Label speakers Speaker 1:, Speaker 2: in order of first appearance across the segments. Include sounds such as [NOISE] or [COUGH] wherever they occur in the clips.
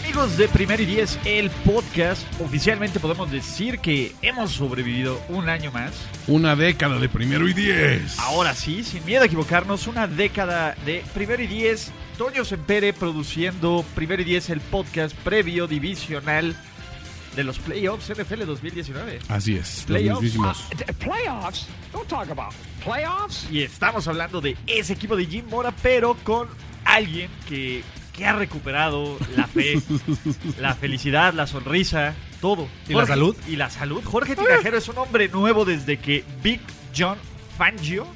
Speaker 1: Amigos de Primer y Diez, el podcast, oficialmente podemos decir que hemos sobrevivido un año más.
Speaker 2: Una década de primero y diez.
Speaker 1: Ahora sí, sin miedo a equivocarnos, una década de Primer y Diez. Toño Sempere produciendo Primer y Diez, el podcast previo divisional de los playoffs NFL 2019.
Speaker 2: Así es. los
Speaker 1: Playoffs. Ah,
Speaker 2: mismísimos.
Speaker 3: Uh, playoffs? Don't talk about playoffs.
Speaker 1: Y estamos hablando de ese equipo de Jim Mora, pero con alguien que, que ha recuperado la
Speaker 2: [LAUGHS]
Speaker 1: fe, la felicidad, la sonrisa, todo.
Speaker 2: ¿Y la salud?
Speaker 1: Y la salud. Jorge Tinajero es un hombre nuevo desde que Big John Fangio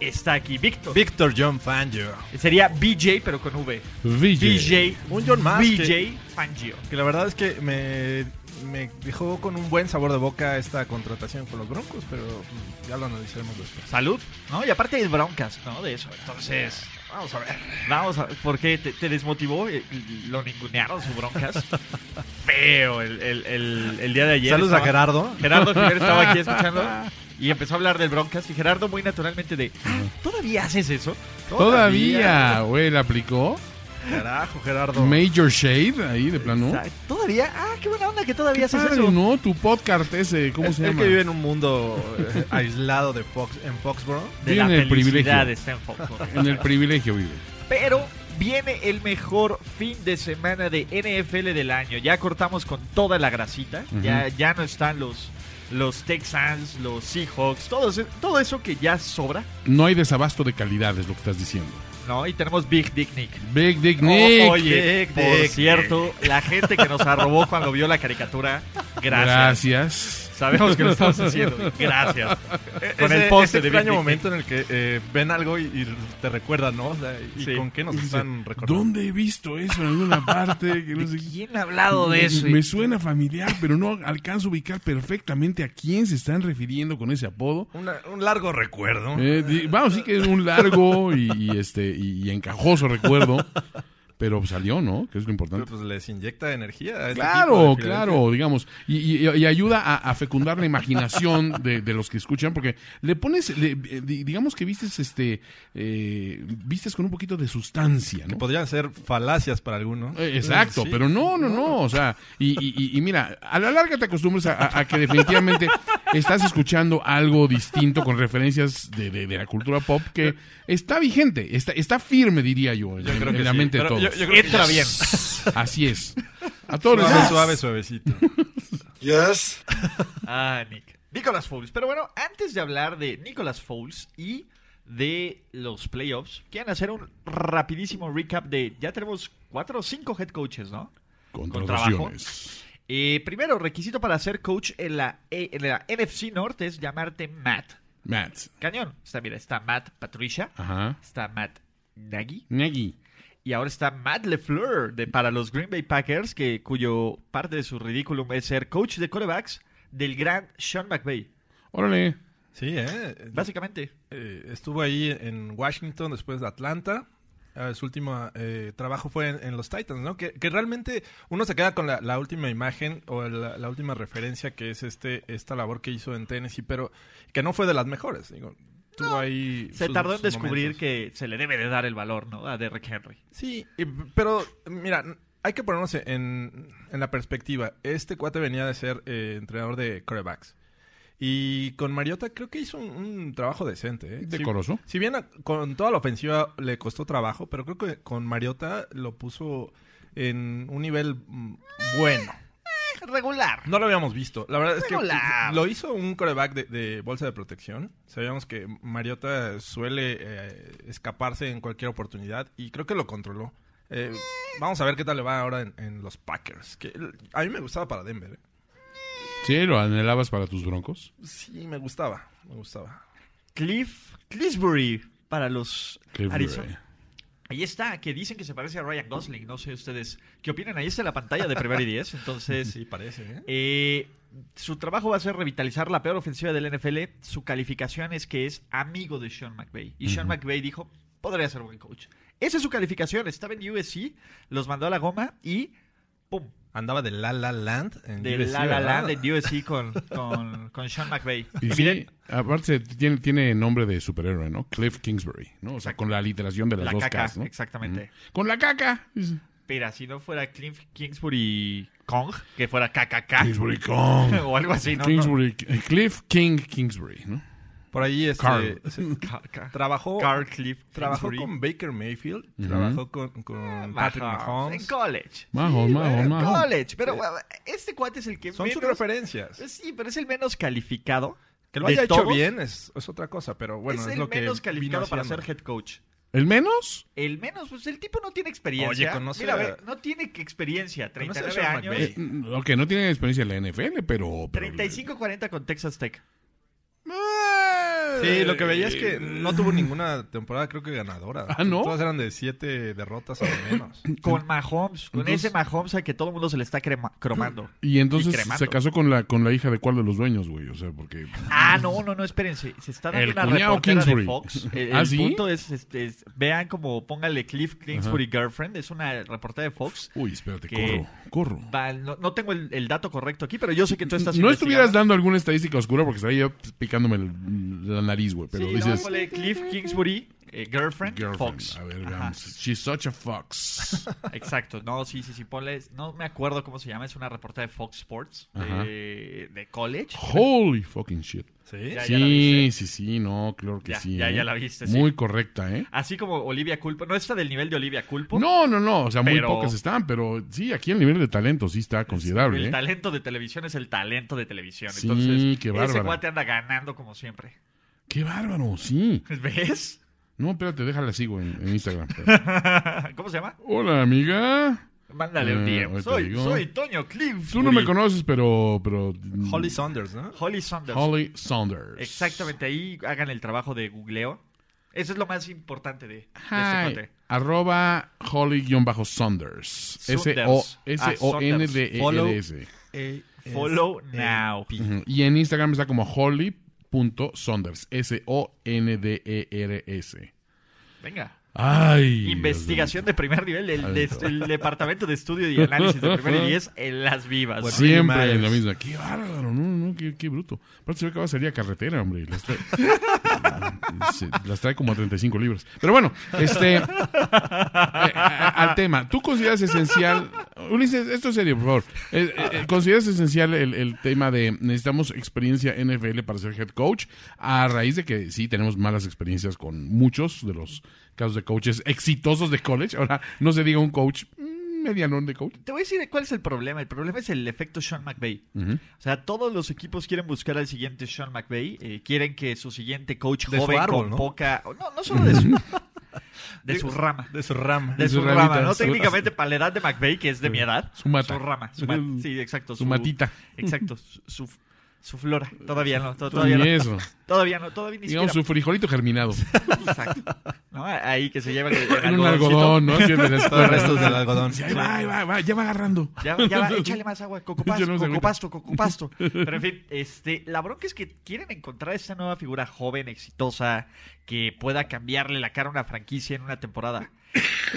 Speaker 1: está aquí. Víctor.
Speaker 4: Víctor John Fangio.
Speaker 1: Sería BJ, pero con V.
Speaker 2: Mm. VJ.
Speaker 1: BJ.
Speaker 4: Un John más
Speaker 1: BJ Fangio.
Speaker 4: Que la verdad es que me, me dejó con un buen sabor de boca esta contratación con los Broncos, pero mm, ya lo analizaremos después.
Speaker 1: Salud, ¿no? Y aparte hay broncas, ¿no? De eso. Entonces,
Speaker 4: Vamos a ver.
Speaker 1: Vamos a ¿por qué te, te desmotivó? Eh, Lo ningunearon sus broncas. Feo el, el- el- el día de ayer.
Speaker 4: Saludos a
Speaker 1: estaba-
Speaker 4: Gerardo.
Speaker 1: Gerardo Jiménez estaba
Speaker 2: [LAUGHS]
Speaker 1: aquí escuchando y empezó a hablar del broncas. Y Gerardo muy naturalmente de, "Ah, ¿todavía haces eso?
Speaker 2: Todavía, güey, la aplicó.
Speaker 4: Carajo, Gerardo.
Speaker 2: Major Shade, ahí de plano.
Speaker 1: Exacto. Todavía, ah, qué buena onda que todavía haces
Speaker 2: Padre,
Speaker 1: eso.
Speaker 2: ¿no? Tu podcast ese, ¿cómo
Speaker 4: Es-
Speaker 2: se
Speaker 4: es
Speaker 2: llama?
Speaker 4: que vive en un mundo eh, aislado de Fox, en Foxboro.
Speaker 1: De la
Speaker 2: Viene el
Speaker 1: felicidad
Speaker 2: privilegio.
Speaker 1: está en foco.
Speaker 2: En el privilegio vive.
Speaker 1: Pero viene el mejor fin de semana de NFL del año. Ya cortamos con toda la grasita. ya, ya no están los, los Texans, los Seahawks, todo, ese- todo eso que ya sobra.
Speaker 2: No hay desabasto de calidad, es lo que estás diciendo.
Speaker 1: ¿no? Y tenemos Big Dick Nick.
Speaker 2: Big Dick Nick.
Speaker 1: Oh, oye,
Speaker 4: Dick,
Speaker 1: por
Speaker 4: Dick,
Speaker 1: cierto, la gente que nos arrobó cuando vio la caricatura, gracias.
Speaker 2: Gracias.
Speaker 1: Sabemos que lo estamos haciendo. Gracias. Con
Speaker 4: Ese-
Speaker 1: el poste
Speaker 4: ese
Speaker 1: de Big
Speaker 4: extraño
Speaker 1: Dick
Speaker 4: momento en el que eh, ven algo y, y te recuerdan, ¿no? O sea, y
Speaker 1: Sí.
Speaker 4: con qué nos
Speaker 2: Y dice,
Speaker 4: están recordando.
Speaker 2: ¿Dónde he visto eso?
Speaker 1: [LAUGHS]
Speaker 2: En alguna parte. Que no sé
Speaker 1: Nick.
Speaker 2: qué.
Speaker 1: ¿Quién ha hablado de
Speaker 2: Me-
Speaker 1: eso?
Speaker 2: Me suena familiar, pero no alcanzo a ubicar perfectamente a quién se están refiriendo con ese apodo.
Speaker 4: Una- un largo recuerdo.
Speaker 2: Eh, di- vamos, sí que es un largo y, y este y, y
Speaker 1: [LAUGHS]
Speaker 2: encajoso recuerdo, pero salió, ¿no? Que es lo
Speaker 4: Pero,
Speaker 2: importante.
Speaker 4: Pues les inyecta energía. a este equipo
Speaker 2: Claro,
Speaker 4: de Filadelfia.
Speaker 2: claro, digamos. Y, y- y ayuda a, a fecundar la imaginación de, de los que escuchan, porque le pones, le- eh, di- digamos que vistes este, eh, vistes con un poquito de sustancia, ¿no?
Speaker 4: Podrían ser falacias para algunos.
Speaker 2: Eh, Exacto,
Speaker 4: Sí.
Speaker 2: pero no, no, no, o sea, y, y- y- y mira, a la larga te acostumbras a, a- a que definitivamente estás escuchando algo distinto con referencias de, de- de la cultura pop que está vigente, está, está firme, diría yo, en,
Speaker 4: Yo creo
Speaker 2: en
Speaker 4: que
Speaker 2: la
Speaker 4: sí,
Speaker 2: mente de
Speaker 4: pero
Speaker 2: todos.
Speaker 4: yo- yo creo que
Speaker 1: Entra
Speaker 4: ya-
Speaker 1: bien.
Speaker 2: Así es. A todos les
Speaker 4: Suave,
Speaker 2: gusta.
Speaker 4: suave, suavecito.
Speaker 1: Ah, Nick. Nicolas Fouls. Pero bueno, antes de hablar de Nicolas Fouls y de los playoffs, quieren hacer un rapidísimo recap de ya tenemos cuatro o cinco head coaches, ¿no?
Speaker 2: Contrataciones.
Speaker 1: Eh, primero, requisito para ser coach en la, eh, en la NFC Norte es llamarte Matt.
Speaker 2: Matt.
Speaker 1: Cañón. Está, mira, está Matt Patricia,
Speaker 2: Ajá.
Speaker 1: está Matt Nagy
Speaker 2: Nagy.
Speaker 1: y ahora está Matt LeFleur de, para los Green Bay Packers, que, cuyo parte de su ridículum es ser coach de corebacks del gran Sean McVay.
Speaker 2: Órale.
Speaker 4: Sí, ¿eh?
Speaker 1: Mm. Básicamente.
Speaker 4: Eh, Estuvo ahí en Washington, después de Atlanta. Eh, su último eh, trabajo fue en, en los Titans, ¿no? Que, que realmente uno se queda con la, la última imagen o la, la última referencia que es este esta labor que hizo en Tennessee, pero que no fue de las mejores. Digo, tuvo ahí
Speaker 1: Se
Speaker 4: sus-
Speaker 1: tardó en
Speaker 4: sus
Speaker 1: descubrir
Speaker 4: momentos.
Speaker 1: que se le debe de dar el valor, ¿no? A Derrick Henry.
Speaker 4: Sí, y- pero mira, hay que ponernos en, en la perspectiva. Este cuate venía de ser eh, entrenador de corebacks. Y con Mariota creo que hizo un, un trabajo decente. ¿eh? Si-
Speaker 2: Decoroso.
Speaker 4: Si, bien a- con toda la ofensiva le costó trabajo, pero creo que con Mariota lo puso en un nivel mm, bueno.
Speaker 1: Regular.
Speaker 4: No lo habíamos visto. La verdad es que
Speaker 1: Regular.
Speaker 4: lo hizo un coreback de, de bolsa de protección. Sabíamos que Mariota suele eh, escaparse en cualquier oportunidad y creo que lo controló. Eh, vamos a ver qué tal le va ahora en, en los Packers. Que l- a mí me gustaba para Denver. ¿eh?
Speaker 2: Sí, lo anhelabas para tus broncos.
Speaker 4: Sí, me gustaba. Me gustaba.
Speaker 1: Cliff Clisbury para los
Speaker 2: Cliff
Speaker 1: Arizona.
Speaker 2: Murray.
Speaker 1: Ahí está, que dicen que se parece a Ryan Gosling. No sé ustedes qué opinan. Ahí está la pantalla de Primera y [LAUGHS] Diez. Entonces,
Speaker 4: Sí, parece, ¿eh?
Speaker 1: eh, su trabajo va a ser revitalizar la peor ofensiva del NFL. Su calificación es que es amigo de Sean McVay. Y Sean McVay dijo, podría ser buen coach. Esa es su calificación. Estaba en USC, los mandó a la goma y ¡pum!
Speaker 4: Andaba de La La Land. En
Speaker 1: De
Speaker 4: USC,
Speaker 1: la la
Speaker 4: ¿verdad?
Speaker 1: land en USC con, con, con Sean McVay.
Speaker 2: Y sí, aparte tiene, tiene nombre de superhéroe, ¿no? Cliff Kingsbury, ¿no? O sea, con la literación de las
Speaker 1: La
Speaker 2: dos
Speaker 1: caca,
Speaker 2: Ks, ¿no?
Speaker 1: exactamente.
Speaker 2: Con la caca.
Speaker 1: Pero si no fuera Cliff Kingsbury Kong, que fuera KKK
Speaker 2: Kingsbury [LAUGHS] Kong.
Speaker 1: [LAUGHS] o algo así, ¿no?
Speaker 2: Kingsbury, Cliff King Kingsbury, ¿no?
Speaker 4: Por ahí este,
Speaker 2: Carl.
Speaker 4: se-
Speaker 1: No. Ka- Ka-
Speaker 4: trabajó,
Speaker 1: Carl Cliff
Speaker 4: trabajó
Speaker 1: Kingsbury.
Speaker 4: con Baker Mayfield, trabajó con, con Patrick Mahomes.
Speaker 1: En college.
Speaker 2: Mahomes, Mahomes,
Speaker 1: en
Speaker 4: Ah.
Speaker 2: Mahomes.
Speaker 1: college. Pero bueno, este cuate es el que
Speaker 4: Son sus
Speaker 1: menos-
Speaker 4: referencias.
Speaker 1: Sí, pero es el menos calificado.
Speaker 4: Que lo
Speaker 1: de
Speaker 4: haya hecho
Speaker 1: todos.
Speaker 4: bien es, es otra cosa, pero bueno, es,
Speaker 1: es el
Speaker 4: lo que
Speaker 1: menos
Speaker 4: vino
Speaker 1: calificado para
Speaker 4: haciendo.
Speaker 1: ser head coach.
Speaker 2: ¿El menos?
Speaker 1: El menos, pues el tipo no tiene experiencia.
Speaker 4: Oye, conoce
Speaker 1: Mira,
Speaker 4: a-
Speaker 1: a ver, no tiene que experiencia.
Speaker 4: Conoce a
Speaker 1: 39
Speaker 4: Sean
Speaker 1: años.
Speaker 4: McVay.
Speaker 2: Eh, ok, no tiene experiencia en la NFL, pero... pero-
Speaker 1: 35-40 con Texas Tech.
Speaker 4: Sí, lo que veía es que no tuvo ninguna temporada, creo que ganadora.
Speaker 2: Ah, ¿no?
Speaker 4: Todas eran de siete derrotas o menos.
Speaker 1: Con Mahomes. Con
Speaker 2: Entonces-
Speaker 1: ese Mahomes a que todo el mundo se le está crema- cromando.
Speaker 2: Y entonces
Speaker 1: Y cremando.
Speaker 2: se casó con la, con la hija de cuál de los dueños, güey. O sea, porque...
Speaker 1: Ah, no, no, no, espérense. Se está dando
Speaker 2: El
Speaker 1: una
Speaker 2: cuñado
Speaker 1: reportera
Speaker 2: Kingsbury.
Speaker 1: de
Speaker 2: [LAUGHS]
Speaker 1: Fox. El,
Speaker 2: ¿Ah,
Speaker 1: el
Speaker 2: sí?
Speaker 1: punto es, este, es- vean como póngale Cliff Kingsbury Girlfriend. Es una reportera de Fox.
Speaker 2: Uy, espérate,
Speaker 1: Que-
Speaker 2: corro, corro.
Speaker 1: Va, no, no tengo el, el dato correcto aquí, pero yo sé que tú estás
Speaker 2: No estuvieras
Speaker 1: investigando.
Speaker 2: dando alguna estadística oscura porque estaría yo pues, picándome el- la nariz, güey. Pero
Speaker 1: Sí, no,
Speaker 2: dices...
Speaker 1: póngale Cliff Kingsbury eh, girlfriend,
Speaker 2: Girlfriend.
Speaker 1: Fox.
Speaker 2: A ver,
Speaker 1: Ajá,
Speaker 2: veamos. She's such a fox.
Speaker 1: Exacto. No, sí, sí, sí. Ponle, no me acuerdo cómo se llama. Es una reportera de Fox Sports
Speaker 2: Ajá.
Speaker 1: de, de college.
Speaker 2: Holy fucking shit.
Speaker 4: ¿Sí?
Speaker 1: Ya, ya la
Speaker 2: Sí,
Speaker 1: viste.
Speaker 2: sí, sí, no, claro que
Speaker 1: Ya,
Speaker 2: sí.
Speaker 1: ya,
Speaker 2: ¿eh?
Speaker 1: ya la viste, sí.
Speaker 2: Muy correcta, ¿eh?
Speaker 1: Así como Olivia Culpo. No está del nivel de Olivia Culpo.
Speaker 2: No, no, no, o sea, muy
Speaker 1: Pero-
Speaker 2: pocas están, pero sí, aquí el nivel de talento sí está considerable,
Speaker 1: El
Speaker 2: ¿eh?
Speaker 1: talento de televisión es el talento de televisión.
Speaker 2: Sí,
Speaker 1: Entonces,
Speaker 2: qué
Speaker 1: ese
Speaker 2: bárbara.
Speaker 1: guate anda ganando como siempre. [LAUGHS]
Speaker 2: Qué bárbaro, sí.
Speaker 1: ¿Ves? [LAUGHS]
Speaker 2: No, espérate, déjala así, güey, en Instagram. pero-
Speaker 1: ¿Cómo se llama?
Speaker 2: Hola, amiga.
Speaker 1: Mándale un
Speaker 2: Eh,
Speaker 1: DM.
Speaker 2: ahorita
Speaker 1: Soy,
Speaker 2: digo.
Speaker 1: soy Toño Cliff.
Speaker 2: Tú no me conoces, pero... pero
Speaker 4: Holly Saunders, ¿no?
Speaker 1: Holly Saunders.
Speaker 2: Holly Saunders.
Speaker 1: Exactamente, ahí hagan el trabajo de googleo. Eso es lo más importante de, de este
Speaker 2: Hi,
Speaker 1: cuate.
Speaker 2: arroba Holly-Saunders.
Speaker 1: Saunders. Ah,
Speaker 2: E S-O-N-D-E-R-S.
Speaker 1: Eh, Follow now.
Speaker 2: Ujú. Y en Instagram está como holly.saunders. S-O-N-D-E-R-S.
Speaker 1: Venga.
Speaker 2: E Ay.
Speaker 1: Investigación de primer nivel del des- el departamento de estudio y análisis de primer y diez en las vivas.
Speaker 2: Dios mío.
Speaker 4: Pues
Speaker 1: Sí.
Speaker 2: Siempre
Speaker 4: Matters.
Speaker 2: la misma. Qué bárbaro, no, no, qué, qué bruto. Aparte se ve que va a salir a carretera, hombre. Las trae, [LAUGHS] Se- las trae como a 35 libras. Pero bueno, este. eh, a- a- al tema. ¿Tú consideras esencial. Ulises, esto es serio, por favor. Eh, eh, ¿Consideras esencial el, el tema de necesitamos experiencia NFL para ser head coach? A raíz de que sí tenemos malas experiencias con muchos de los casos de coaches exitosos de college. Ahora, no se diga un coach mm, medianón de coach.
Speaker 1: Te voy a decir cuál es el problema. El problema es el efecto Sean McVay. O sea, todos los equipos quieren buscar al siguiente Sean McVay. eh, quieren que su siguiente coach
Speaker 4: De su
Speaker 1: joven
Speaker 4: árbol,
Speaker 1: con
Speaker 4: ¿no?
Speaker 1: poca... No, no solo de su... [LAUGHS] de su rama.
Speaker 4: De su rama.
Speaker 1: De
Speaker 2: su
Speaker 1: su,
Speaker 2: ramita,
Speaker 1: rama, ¿no?
Speaker 2: su-
Speaker 1: Técnicamente para la edad de McVeigh, que es de mi edad.
Speaker 2: Su mata.
Speaker 1: rama. Su ma- sí, exacto.
Speaker 2: Su matita.
Speaker 1: Exacto. Su, su- su flora. Todavía no. to-
Speaker 2: Ni
Speaker 1: todavía, no
Speaker 2: eso.
Speaker 1: todavía no. Todavía ni
Speaker 2: Digamos, su
Speaker 1: siquiera. [LAUGHS]
Speaker 2: frijolito germinado.
Speaker 1: Exacto. ¿No? Ahí que se lleva el, el
Speaker 2: [LAUGHS] En un
Speaker 1: algodoncito.
Speaker 2: algodón, ¿no? Siempre les-
Speaker 4: Todos los restos del algodón.
Speaker 2: Ahí va, ahí va, ahí va, ya va agarrando. [LAUGHS]
Speaker 1: Ya, ya va, échale más agua, cocopasto,
Speaker 2: Échale más agüita.
Speaker 1: cocopasto, cocopasto. Pero en fin, este, la bronca es que quieren encontrar esta nueva figura joven, exitosa, que pueda cambiarle la cara a una franquicia en una temporada.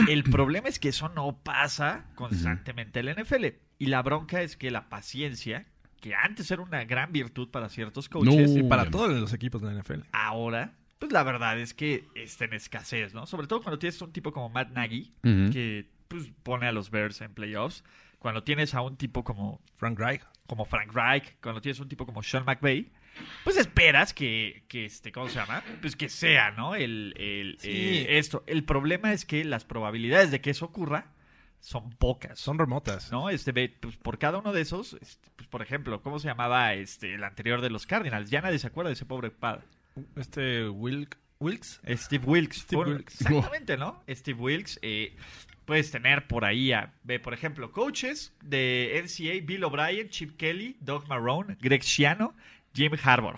Speaker 1: El problema es que eso no pasa constantemente en la NFL. Y la bronca es que la paciencia, que antes era una gran virtud para ciertos coaches,
Speaker 2: No.
Speaker 4: Para
Speaker 2: Uy,
Speaker 4: todos los equipos de la NFL.
Speaker 1: ahora, pues la verdad es que está en escasez, ¿no? Sobre todo cuando tienes un tipo como Matt Nagy,
Speaker 2: Ujú.
Speaker 1: que pues, pone a los Bears en playoffs. Cuando tienes a un tipo como
Speaker 4: Frank Reich.
Speaker 1: como Frank Reich, cuando tienes un tipo como Sean McVay, pues esperas que, que este, ¿cómo se llama? Pues que sea, ¿no? El, el-
Speaker 4: Sí.
Speaker 1: eh, esto. El problema es que las probabilidades de que eso ocurra son pocas.
Speaker 4: Son remotas.
Speaker 1: ¿No? Este, ve, pues, por cada uno de esos, este, pues, por ejemplo, ¿cómo se llamaba este, el anterior de los Cardinals? Ya nadie se acuerda de ese pobre padre.
Speaker 4: Este Wilk, Wilkes.
Speaker 1: Steve Wilkes.
Speaker 4: Steve
Speaker 1: Fue-
Speaker 4: Wilkes.
Speaker 1: Exactamente, ¿no? Steve Wilkes. eh, puedes tener por ahí a, ve, por ejemplo, coaches de NCA, Bill O'Brien, Chip Kelly, Doug Marrone, Greg Schiano, Jim Harbaugh.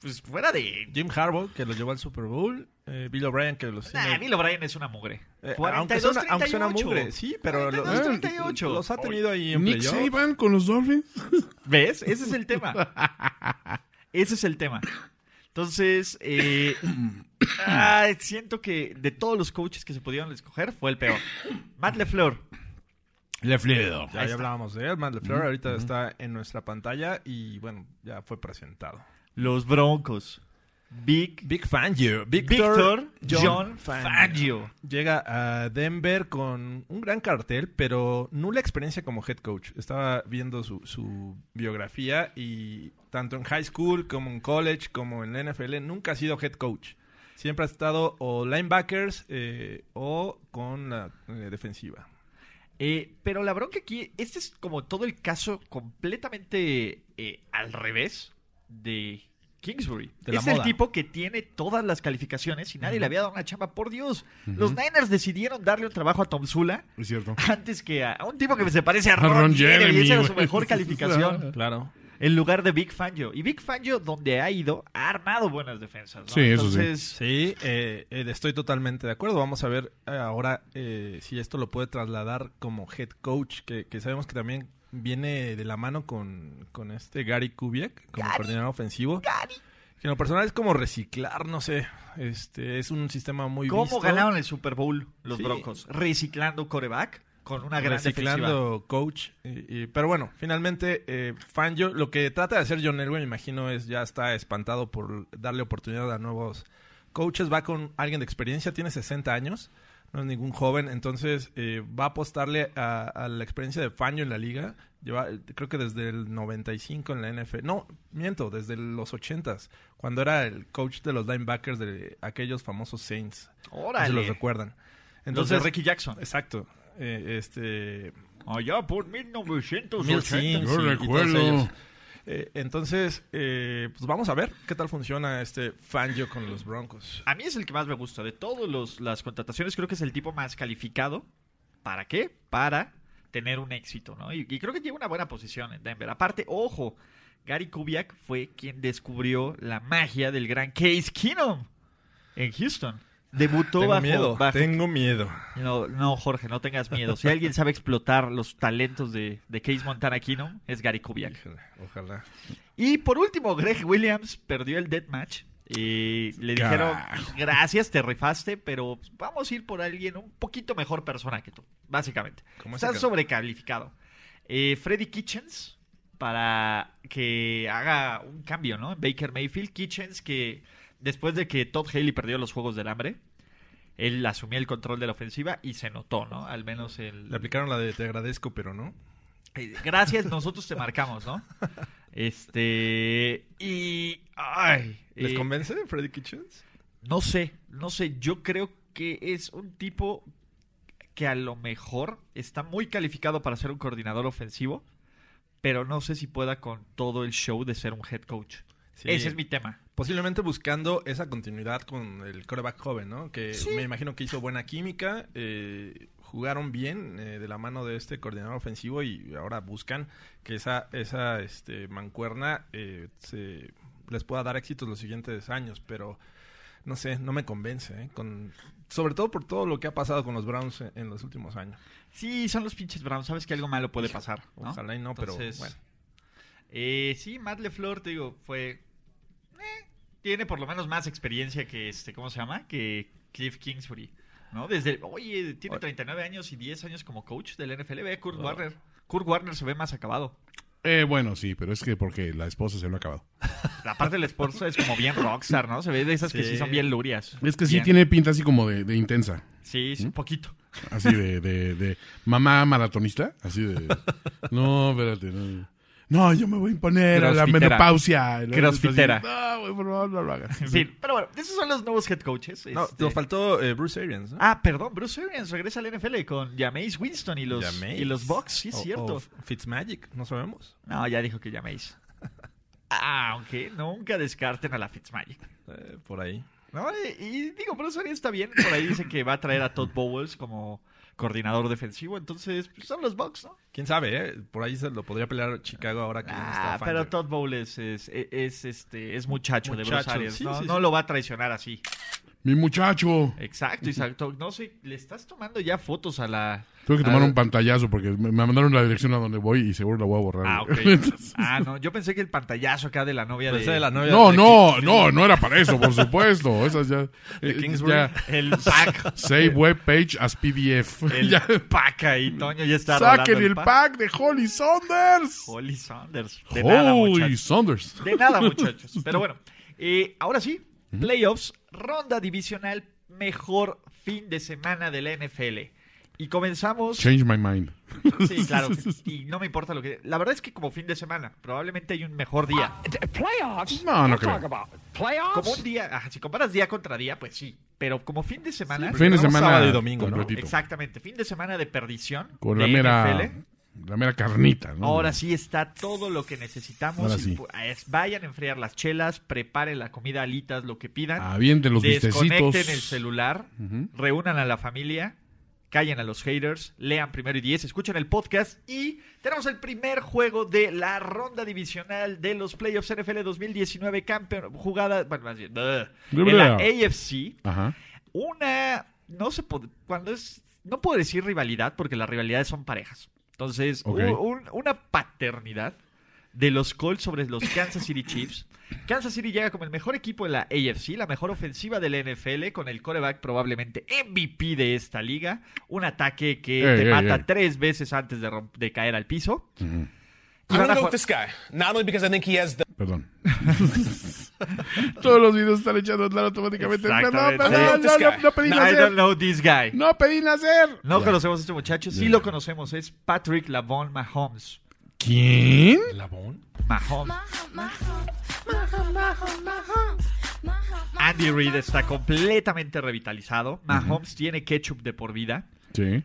Speaker 1: Pues fuera de...
Speaker 4: Jim Harbaugh, que lo llevó al Super Bowl. eh, Bill O'Brien que los
Speaker 1: Nah,
Speaker 4: tiene-
Speaker 1: Bill O'Brien es una mugre.
Speaker 4: Eh,
Speaker 1: 42,
Speaker 4: aunque suena, aunque suena
Speaker 1: 38.
Speaker 4: mugre, sí, pero lo- Eh,
Speaker 1: 42, 38.
Speaker 4: los ha tenido ahí en
Speaker 2: Nick
Speaker 4: playoff.
Speaker 2: Saban con los Dolphins.
Speaker 1: ¿Ves? Ese es el [LAUGHS] tema. Ese es el tema. Entonces, eh, ah, siento que de todos los coaches que se pudieron escoger, fue el peor. Matt LeFleur.
Speaker 2: Lefledo.
Speaker 1: Ahí
Speaker 4: Ya, ya
Speaker 1: está.
Speaker 4: hablábamos de él, Matt LeFleur ahorita está en nuestra pantalla y bueno, ya fue presentado.
Speaker 1: Los Broncos. Big.
Speaker 4: Big Fangio.
Speaker 1: Victor John, Fangio.
Speaker 4: Llega a Denver con un gran cartel, pero nula experiencia como head coach. Estaba viendo su, su biografía y tanto en high school como en college como en la NFL nunca ha sido head coach. Siempre ha estado o linebackers eh, o con la eh, defensiva.
Speaker 1: Eh, pero la bronca aquí, este es como todo el caso completamente eh, al revés de Kingsbury.
Speaker 4: De la
Speaker 1: es el
Speaker 4: moda.
Speaker 1: tipo que tiene todas las calificaciones y nadie le había dado una chamba. Por Dios, los Niners decidieron darle un trabajo a Tom Zula
Speaker 2: Es cierto.
Speaker 1: antes que a, a un tipo que se parece a
Speaker 2: Ron
Speaker 1: Ron, Jeremy.
Speaker 2: Jeremy,
Speaker 1: Esa era su
Speaker 2: güey.
Speaker 1: mejor
Speaker 4: [LAUGHS]
Speaker 1: calificación.
Speaker 4: Claro.
Speaker 1: en lugar de Big Fangio. Y Big Fangio, donde ha ido, ha armado buenas defensas. ¿no?
Speaker 2: Sí, eso sí.
Speaker 1: Entonces,
Speaker 4: Sí, eh, eh, estoy totalmente de acuerdo. Vamos a ver eh, ahora eh, si esto lo puede trasladar como head coach, que, que sabemos que también viene de la mano con, con este Gary Kubiak como coordinador ofensivo. Que en lo personal es como reciclar, no sé. Este es un sistema muy
Speaker 1: ¿Cómo
Speaker 4: visto.
Speaker 1: ganaron el Super Bowl los
Speaker 4: Sí.
Speaker 1: Broncos? Reciclando coreback con una gran defensiva.
Speaker 4: reciclando coach. y- y- pero bueno, finalmente eh, Fangio, lo que trata de hacer John Elway, me imagino, es ya está espantado por darle oportunidad a nuevos coaches. Va con alguien de experiencia, tiene 60 años, no es ningún joven, entonces eh, va a apostarle a, a la experiencia de Fangio en la liga. Lleva, creo que desde el 95 en la NFL. No, miento, desde los 80s, cuando era el coach de los linebackers de aquellos famosos Saints. No sé si
Speaker 1: Órale.
Speaker 4: los recuerdan.
Speaker 1: Entonces,
Speaker 4: Entonces,
Speaker 1: Ricky Jackson.
Speaker 4: Exacto. Eh, este.
Speaker 1: Allá por 1980.
Speaker 4: Mil Sims y-
Speaker 2: Yo
Speaker 4: y todos
Speaker 2: recuerdo.
Speaker 4: ellos. Eh, entonces, eh, pues vamos a ver qué tal funciona este Fangio con los Broncos.
Speaker 1: A mí es el que más me gusta. De todas las contrataciones, creo que es el tipo más calificado. ¿Para qué? Para tener un éxito, ¿no? Y, y creo que tiene una buena posición en Denver. Aparte, ojo, Gary Kubiak fue quien descubrió la magia del gran Case Keenum en Houston. Debutó
Speaker 4: Tengo
Speaker 1: bajo,
Speaker 4: miedo,
Speaker 1: bajo-
Speaker 4: tengo miedo.
Speaker 1: No, no, Jorge, no tengas miedo. Si alguien sabe explotar los talentos de, de Case Montana Keenum, es Gary Kubiak.
Speaker 4: Híjole, ojalá.
Speaker 1: Y por último, Greg Williams perdió el deathmatch. Y le dijeron,
Speaker 2: Carajo.
Speaker 1: gracias, te rifaste, pero vamos a ir por alguien un poquito mejor persona que tú, básicamente.
Speaker 4: ¿Cómo ese
Speaker 1: Está
Speaker 4: cara?
Speaker 1: sobrecalificado. Eh, Freddy Kitchens, para que haga un cambio, ¿no? En Baker Mayfield. Kitchens, que después de que Todd Haley perdió los Juegos del Hambre, él asumía el control de la ofensiva y se notó, ¿no? Al menos el...
Speaker 4: Le aplicaron la de te agradezco, pero no.
Speaker 1: Eh, Gracias, nosotros te marcamos, ¿no? Este. Y. Ay.
Speaker 4: ¿Les
Speaker 1: eh,
Speaker 4: convence Freddy Kitchens?
Speaker 1: no sé, no sé. Yo creo que es un tipo que a lo mejor está muy calificado para ser un coordinador ofensivo, pero no sé si pueda con todo el show de ser un head coach.
Speaker 4: Sí.
Speaker 1: Ese es mi tema.
Speaker 4: Posiblemente buscando esa continuidad con el coreback joven, ¿no? Que me imagino que hizo buena química, eh, jugaron bien eh, de la mano de este coordinador ofensivo y ahora buscan que esa, esa este, mancuerna eh, se, les pueda dar éxitos los siguientes años, pero no sé, no me convence, ¿eh? Con, sobre todo por todo lo que ha pasado con los Browns en, en los últimos años.
Speaker 1: Sí, son los pinches Browns. Sabes que algo malo puede pasar. ¿no?
Speaker 4: Ojalá y no,
Speaker 1: Entonces,
Speaker 4: pero bueno.
Speaker 1: eh, sí, Matt LeFleur, te digo, fue. eh, tiene por lo menos más experiencia que este, ¿cómo se llama? Que Cliff Kingsbury. ¿No? Desde. Oye, tiene 39 años y 10 años como coach del NFL. Ve a Kurt Warner. Kurt Warner se ve más acabado.
Speaker 2: Eh, bueno, sí, pero es que porque la esposa se lo ha acabado.
Speaker 1: Aparte del esfuerzo es como bien rockstar, ¿no? Se ve de esas que sí
Speaker 4: Sí.
Speaker 1: son bien lurias.
Speaker 2: Es que sí
Speaker 1: Bien.
Speaker 2: tiene ¿Mm? pinta así como de, de intensa.
Speaker 1: Sí, sí, un poquito.
Speaker 2: Así de, de, de mamá maratonista. Así de. No, espérate. No, no yo me voy a imponer a la
Speaker 1: Crossfitera.
Speaker 2: menopausia.
Speaker 1: Crossfitera.
Speaker 2: No, güey, por favor, no lo hagas.
Speaker 1: En fin, pero bueno, esos son los nuevos head coaches.
Speaker 4: No,
Speaker 1: este.
Speaker 4: nos faltó eh, Bruce Arians, ¿no?
Speaker 1: Ah, perdón, Bruce Arians regresa al NFL con Jameis Winston y los,
Speaker 4: Jameis.
Speaker 1: y los Bucks, sí es
Speaker 2: Oh,
Speaker 4: O-
Speaker 1: cierto.
Speaker 4: o Fitzmagic, no sabemos.
Speaker 1: No, ya dijo que llaméis. Ah, Aunque nunca descarten a la Fitzmagic.
Speaker 4: Eh, por ahí.
Speaker 1: ¿no? Y, y digo, Bruce Arians está bien. Por ahí dicen que va a traer a Todd Bowles como coordinador defensivo. Entonces, pues, son los Bucks, ¿no?
Speaker 4: ¿Quién sabe, eh? Por ahí se lo podría pelear Chicago ahora que ya no
Speaker 1: Ah,
Speaker 4: está
Speaker 1: pero
Speaker 4: Fangio.
Speaker 1: Todd Bowles es, es, es, este, es muchacho, de Bruce
Speaker 4: Muchacho,
Speaker 1: Arians.
Speaker 4: sí,
Speaker 1: no
Speaker 4: sí,
Speaker 1: no
Speaker 4: sí.
Speaker 1: lo va a traicionar así.
Speaker 2: Mi muchacho.
Speaker 1: Exacto, exacto. No sé, le estás tomando ya fotos a la.
Speaker 2: Tuve que
Speaker 1: a-
Speaker 2: tomar un pantallazo porque me me mandaron la dirección a donde voy y seguro la voy a borrar.
Speaker 1: Ah, ok.
Speaker 2: güey. [LAUGHS] Entonces- pues
Speaker 1: Ah, no, yo pensé que el pantallazo acá de la novia
Speaker 4: Pensé
Speaker 1: de.
Speaker 4: de Pues, la novia
Speaker 2: No,
Speaker 4: de-
Speaker 2: no, no, no era para eso, por supuesto. Esas
Speaker 1: [LAUGHS]
Speaker 2: ya. eh,
Speaker 4: Kingsbury.
Speaker 2: ya.
Speaker 1: El pack.
Speaker 2: Save web page as PDF. [LAUGHS]
Speaker 1: El
Speaker 2: Ya.
Speaker 1: pack ahí, Toño, ya está.
Speaker 2: Saquen
Speaker 1: rolando
Speaker 2: el pack de Holly Saunders.
Speaker 1: Holly Saunders. De nada,
Speaker 2: Holly
Speaker 1: muchachos.
Speaker 2: Saunders.
Speaker 1: De nada, muchachos. Pero bueno, eh, ahora sí, playoffs, ronda divisional, mejor fin de semana de la NFL. Y
Speaker 2: [LAUGHS]
Speaker 1: comenzamos.
Speaker 2: [LAUGHS] Change my mind.
Speaker 1: Sí, claro. Y no me importa lo que. La verdad es que como fin de semana, probablemente hay un mejor día.
Speaker 3: D-
Speaker 1: Ah, pues,
Speaker 3: playoffs?
Speaker 2: No, no
Speaker 3: Don't
Speaker 2: creo.
Speaker 3: talk about playoffs.
Speaker 1: Como un día, ajá, si comparas día contra día, pues sí. Pero como fin de semana,
Speaker 2: Fin de
Speaker 4: Vamos
Speaker 2: semana.
Speaker 4: sábado y domingo, ¿no?
Speaker 2: completito.
Speaker 1: exactamente, fin de semana de perdición.
Speaker 2: Con
Speaker 1: de
Speaker 2: la mera,
Speaker 1: NFL.
Speaker 2: la mera carnita, ¿no?
Speaker 1: eh. Ahora sí está todo lo que necesitamos.
Speaker 2: Ahora
Speaker 1: Y,
Speaker 2: sí.
Speaker 1: pues, es- vayan a enfriar las chelas, preparen la comida, alitas, lo que pidan.
Speaker 2: Avienten Ah, los
Speaker 1: desconecten
Speaker 2: vistecitos.
Speaker 1: el celular, reúnan a la familia, callen a los haters, lean primero y diez, escuchen el podcast y tenemos el primer juego de la ronda divisional de los playoffs NFL 2019 campeón jugada, bueno, más bien, ugh, en la AFC,
Speaker 2: Ajá.
Speaker 1: una no se pod- cuando es no puedo decir rivalidad porque las rivalidades son parejas. Entonces,
Speaker 2: Ok.
Speaker 1: u- un- una paternidad de los Colts sobre los Kansas City
Speaker 2: [LAUGHS]
Speaker 1: Chiefs. Kansas City llega como el mejor equipo de la AFC, la mejor ofensiva de la NFL, con el coreback probablemente MVP de esta liga. Un ataque que
Speaker 2: Ey,
Speaker 1: te
Speaker 2: ey,
Speaker 1: mata
Speaker 2: ey.
Speaker 1: tres veces antes de, romp- de caer al piso. Y
Speaker 5: I'm
Speaker 1: van
Speaker 5: gonna
Speaker 1: a
Speaker 5: go with
Speaker 1: jugar-
Speaker 5: this guy. Not only because I think he has the
Speaker 2: Perdón. [LAUGHS] Todos los videos están echados a andar automáticamente. Perdón,
Speaker 1: Exactamente.
Speaker 2: perdón, no, no, no pedí
Speaker 1: I don't
Speaker 2: nacer.
Speaker 1: know this guy.
Speaker 2: No pedí nacer.
Speaker 1: No conocemos a este muchacho, sí lo conocemos, es Patrick Lavon Mahomes.
Speaker 2: ¿Quién?
Speaker 4: ¿Labón?
Speaker 2: Mm.
Speaker 1: Mahomes. Andy
Speaker 6: Andy
Speaker 1: Reid está completamente revitalizado. Mahomes tiene ketchup de por vida.
Speaker 2: Sí.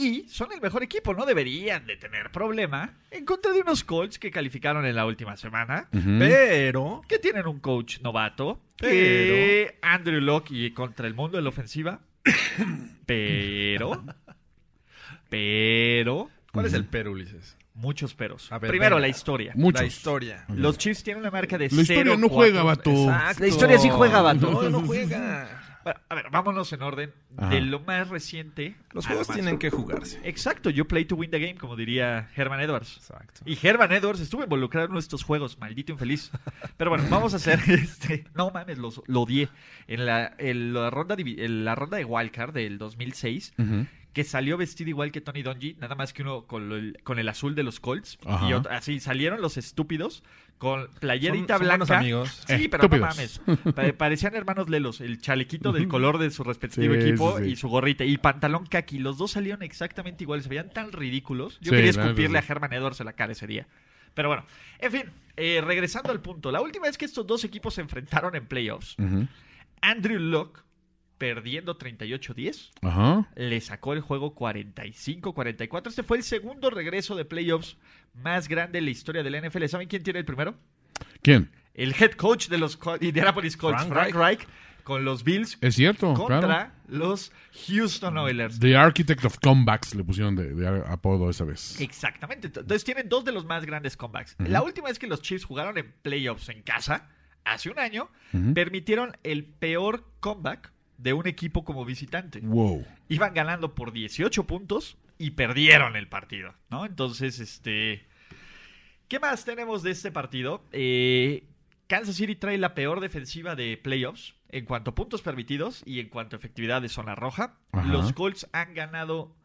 Speaker 1: Y son el mejor equipo, no deberían de tener problema. En contra de unos Colts que calificaron en la última semana,
Speaker 4: Pero.
Speaker 1: que tienen un coach novato, que Andrew Locke y contra el mundo de la
Speaker 2: [COUGHS]
Speaker 1: ofensiva. Pero, pero,
Speaker 4: ¿Cuál
Speaker 2: Mm.
Speaker 4: es el pero, Ulises?
Speaker 1: muchos peros.
Speaker 4: A ver,
Speaker 1: Primero,
Speaker 4: venga.
Speaker 1: la historia.
Speaker 2: Muchos.
Speaker 4: La historia.
Speaker 1: Los Chiefs tienen una marca de
Speaker 2: La historia no juega, vato.
Speaker 4: Exacto.
Speaker 1: La historia [LAUGHS] sí juega, vato.
Speaker 4: No, no juega.
Speaker 1: Bueno, a ver, vámonos en orden
Speaker 2: Ajá.
Speaker 1: de lo más reciente.
Speaker 4: Los
Speaker 1: a
Speaker 4: juegos
Speaker 1: lo más-
Speaker 4: tienen que jugarse.
Speaker 1: Exacto, yo play to win the game, como diría Herman Edwards.
Speaker 4: Exacto.
Speaker 1: Y Herman Edwards estuvo involucrado en nuestros juegos, maldito infeliz. Pero bueno, vamos a hacer [LAUGHS] este. No mames, los- lo odié. En la, en la ronda, divi- en la ronda de Wildcard del 2006, que salió vestido igual que Tony Dungy, nada más que uno con el, con el azul de los Colts.
Speaker 2: Ajá.
Speaker 1: Y otro- así salieron los estúpidos con playerita
Speaker 4: Son- son
Speaker 1: blanca.
Speaker 4: buenos amigos.
Speaker 2: Eh.
Speaker 1: Sí, pero no
Speaker 2: Estúpidos.
Speaker 1: mames. Pa- Parecían hermanos Lelos, el chalequito del color de su respectivo
Speaker 2: Sí,
Speaker 1: equipo
Speaker 2: sí, sí.
Speaker 1: y su gorrita. Y pantalón kaki. Los dos salieron exactamente iguales. Se veían tan ridículos. Yo
Speaker 2: Sí,
Speaker 1: quería
Speaker 2: la neta,
Speaker 1: escupirle a
Speaker 2: sí.
Speaker 1: Herman Edwards en la cara ese día. Pero bueno, en fin, eh, regresando al punto. La última vez que estos dos equipos se enfrentaron en playoffs,
Speaker 2: Ujú.
Speaker 1: Andrew Locke, perdiendo 38-10,
Speaker 2: Ajá.
Speaker 1: le sacó el juego 45-44. Este fue el segundo regreso de playoffs más grande en la historia de la NFL. ¿Saben quién tiene el primero?
Speaker 2: ¿Quién?
Speaker 1: el head coach de los Col- Indianapolis Colts,
Speaker 4: Frank
Speaker 1: Frank, Reich, con los Bills
Speaker 2: Es cierto,
Speaker 1: contra
Speaker 2: Eh, claro.
Speaker 1: los Houston Oilers.
Speaker 2: The Architect of Comebacks le pusieron de, de apodo esa vez.
Speaker 1: Exactamente. Entonces tienen dos de los más grandes comebacks. La última vez que los Chiefs jugaron en playoffs en casa, hace un año, permitieron el peor comeback de un equipo como visitante.
Speaker 2: Wow.
Speaker 1: Iban ganando por 18 puntos y perdieron el partido, ¿no? Entonces, este... ¿Qué más tenemos de este partido? Eh, Kansas City trae la peor defensiva de playoffs en cuanto a puntos permitidos y en cuanto a efectividad de zona roja.
Speaker 2: Ajá.
Speaker 1: Los Colts han ganado...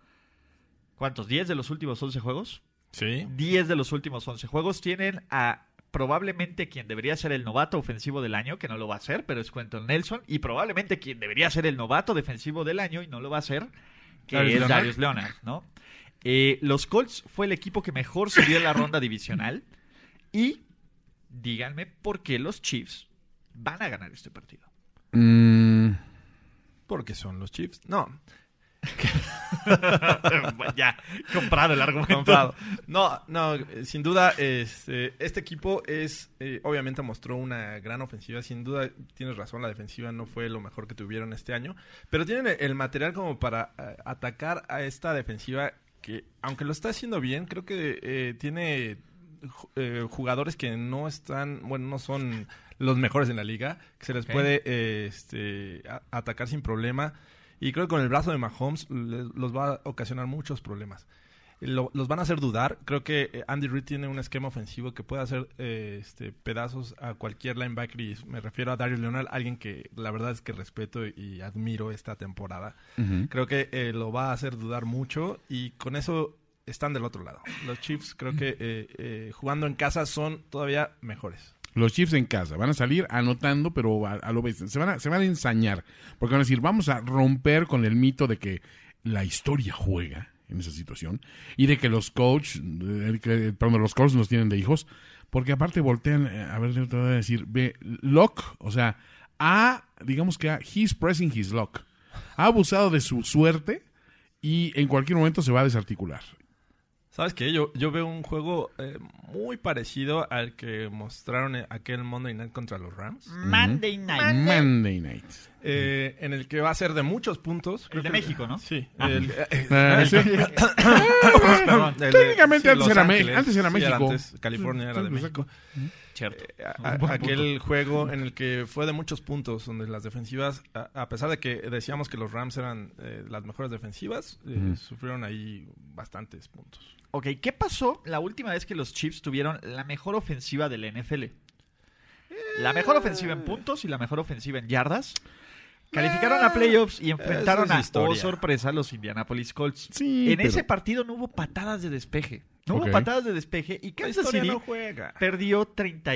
Speaker 1: ¿Cuántos? ¿10 de los últimos 11 juegos?
Speaker 4: Sí.
Speaker 1: 10 de los últimos 11 juegos tienen a probablemente quien debería ser el novato ofensivo del año, que no lo va a ser, pero es Quentin Nelson, y probablemente quien debería ser el novato defensivo del año y no lo va a ser, que
Speaker 4: Darius
Speaker 1: es
Speaker 4: Leonard.
Speaker 1: Darius Leonard, ¿no? Eh, los Colts fue el equipo que mejor subió en la ronda divisional y díganme por qué los Chiefs van a ganar este partido. [LAUGHS]
Speaker 2: Mm,
Speaker 4: Porque son los Chiefs. No.
Speaker 1: ya, comprado el argumento.
Speaker 4: Comprado. No, no, eh, sin duda, este, este equipo es, eh, obviamente mostró una gran ofensiva, sin duda tienes razón, la defensiva no fue lo mejor que tuvieron este año, pero tienen el- el material como para eh, atacar a esta defensiva que, aunque lo está haciendo bien, creo que eh, tiene ju- eh, jugadores que no están, bueno, no son los mejores en la liga, que se les
Speaker 1: Ok.
Speaker 4: puede eh, este, a- atacar sin problema. Y creo que con el brazo de Mahomes le- los va a ocasionar muchos problemas. Lo- los van a hacer dudar. Creo que eh, Andy Reid tiene un esquema ofensivo que puede hacer eh, este, pedazos a cualquier linebacker. Y me refiero a Darius Leonard, alguien que la verdad es que respeto y admiro esta temporada. Creo que eh, lo va a hacer dudar mucho y con eso están del otro lado. Los Chiefs creo que eh, eh, jugando en casa son todavía mejores.
Speaker 2: Los Chiefs en casa van a salir anotando, pero a, a lo bestia. Se van a, se van a ensañar. Porque van a decir, vamos a romper con el mito de que la historia juega en esa situación. Y de que los coaches, perdón, los coaches nos tienen de hijos. Porque aparte voltean, eh, a ver, te voy a decir, ve, lock, o sea, a, digamos que a, he's pressing his luck. Ha abusado de su suerte y en cualquier momento se va a desarticular.
Speaker 4: ¿Sabes qué? Yo, yo veo un juego eh, muy parecido al que mostraron eh, aquel Monday Night contra los Rams,
Speaker 1: Ah. Monday Night.
Speaker 2: Monday night.
Speaker 4: eh, en el que va a ser de muchos puntos.
Speaker 1: El de
Speaker 4: que-
Speaker 1: México, ¿no? Ah.
Speaker 4: Sí.
Speaker 1: [LAUGHS]
Speaker 4: el- eh,
Speaker 2: Eh, sí.
Speaker 4: perdón, el de-
Speaker 2: Técnicamente antes
Speaker 4: Los
Speaker 2: era Me-
Speaker 4: Ángeles.
Speaker 2: antes era
Speaker 4: Sí,
Speaker 2: México.
Speaker 4: antes California era de
Speaker 2: Sí,
Speaker 4: México.
Speaker 1: Cierto.
Speaker 4: Eh, [LAUGHS] a- a- aquel juego en el que fue de muchos puntos, donde las defensivas, a, a pesar de que decíamos que los Rams eran eh, las mejores defensivas, eh, sufrieron ahí bastantes puntos.
Speaker 1: Ok, ¿qué pasó la última vez que los Chiefs tuvieron la mejor ofensiva del NFL? La mejor ofensiva
Speaker 2: Eh.
Speaker 1: en puntos y la mejor ofensiva en yardas. Calificaron a playoffs y enfrentaron
Speaker 4: eso es
Speaker 1: a, oh
Speaker 4: historia.
Speaker 1: sorpresa, los Indianapolis Colts.
Speaker 2: Sí,
Speaker 1: en
Speaker 2: pero-
Speaker 1: ese partido no hubo patadas de despeje. No
Speaker 2: Ok.
Speaker 1: hubo patadas de despeje y Kansas City
Speaker 4: juega.
Speaker 1: perdió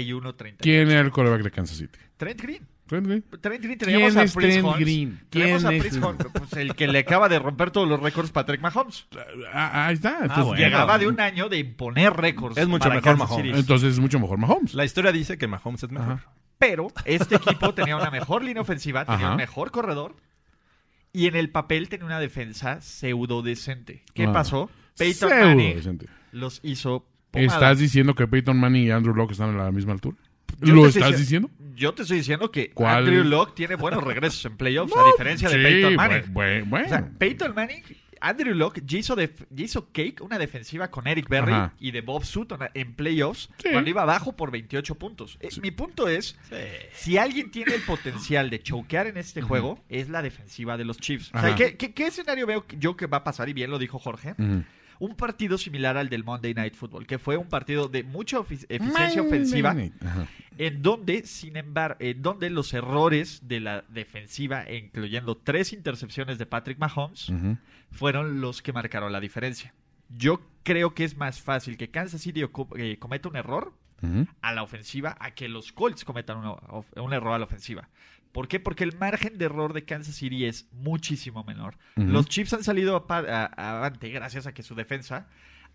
Speaker 1: 31-30.
Speaker 2: ¿Quién era el coreback de Kansas City?
Speaker 1: Trent Green.
Speaker 2: Trent Green.
Speaker 1: Trent Green
Speaker 2: ¿Quién
Speaker 1: tenemos a
Speaker 2: es
Speaker 1: Prince
Speaker 2: Trent
Speaker 1: Holmes.
Speaker 2: Green?
Speaker 1: Tenemos
Speaker 2: ¿Quién
Speaker 1: a
Speaker 2: es
Speaker 1: Prince
Speaker 2: Trent
Speaker 1: Holmes, pues, el que le acaba de romper todos los récords Patrick Mahomes.
Speaker 2: Ah, ahí está. Entonces,
Speaker 4: bueno.
Speaker 1: Llegaba de un año de imponer récords.
Speaker 4: Es mucho
Speaker 1: para
Speaker 4: mejor
Speaker 1: Kansas
Speaker 4: Mahomes.
Speaker 1: City.
Speaker 2: Entonces es mucho mejor Mahomes.
Speaker 4: La historia dice que Mahomes es mejor.
Speaker 1: Pero
Speaker 2: [LAUGHS]
Speaker 1: este equipo tenía una mejor línea ofensiva, tenía
Speaker 2: Ajá.
Speaker 1: un mejor corredor y en el papel tenía una defensa pseudo decente. ¿Qué
Speaker 2: Ah.
Speaker 1: pasó? Peyton
Speaker 2: Pseudo
Speaker 1: Manning
Speaker 2: decente.
Speaker 1: los hizo pomada.
Speaker 2: ¿Estás diciendo que Peyton Manning y Andrew Locke están a la misma altura?
Speaker 1: Yo
Speaker 2: ¿Lo
Speaker 1: te estoy
Speaker 2: estás
Speaker 1: dici-
Speaker 2: diciendo?
Speaker 1: Yo te estoy diciendo que
Speaker 2: ¿Cuál?
Speaker 1: Andrew Locke tiene buenos regresos en playoffs, a diferencia de
Speaker 2: Sí,
Speaker 1: Peyton Manning.
Speaker 2: bue- bue-
Speaker 1: O sea,
Speaker 2: bueno.
Speaker 1: Peyton Manning, Andrew Locke ya hizo, def- ya hizo cake una defensiva con Eric Berry
Speaker 2: Ajá.
Speaker 1: y de Bob Sutton en playoffs
Speaker 2: Sí.
Speaker 1: cuando iba abajo por 28 puntos. Eh, Mi punto es, si alguien tiene el potencial de choquear en este juego, es la defensiva de los Chiefs. O sea,
Speaker 2: Ajá.
Speaker 1: ¿qué, qué, qué escenario veo yo que va a pasar? Y bien lo dijo Jorge.
Speaker 2: Ujú.
Speaker 1: Un partido similar al del Monday Night Football, que fue un partido de mucha ofi- eficiencia
Speaker 2: Monday
Speaker 1: ofensiva,
Speaker 2: night. Ajá.
Speaker 1: en donde, sin embargo, en donde los errores de la defensiva, incluyendo tres intercepciones de Patrick Mahomes,
Speaker 2: Ujú.
Speaker 1: fueron los que marcaron la diferencia. Yo creo que es más fácil que Kansas City ocu- eh, cometa un error
Speaker 2: Ujú.
Speaker 1: a la ofensiva a que los Colts cometan una of- un, error a la ofensiva. ¿Por qué? Porque el margen de error de Kansas City es muchísimo menor.
Speaker 2: Ujú.
Speaker 1: Los Chiefs han salido a pa- a- avante gracias a que su defensa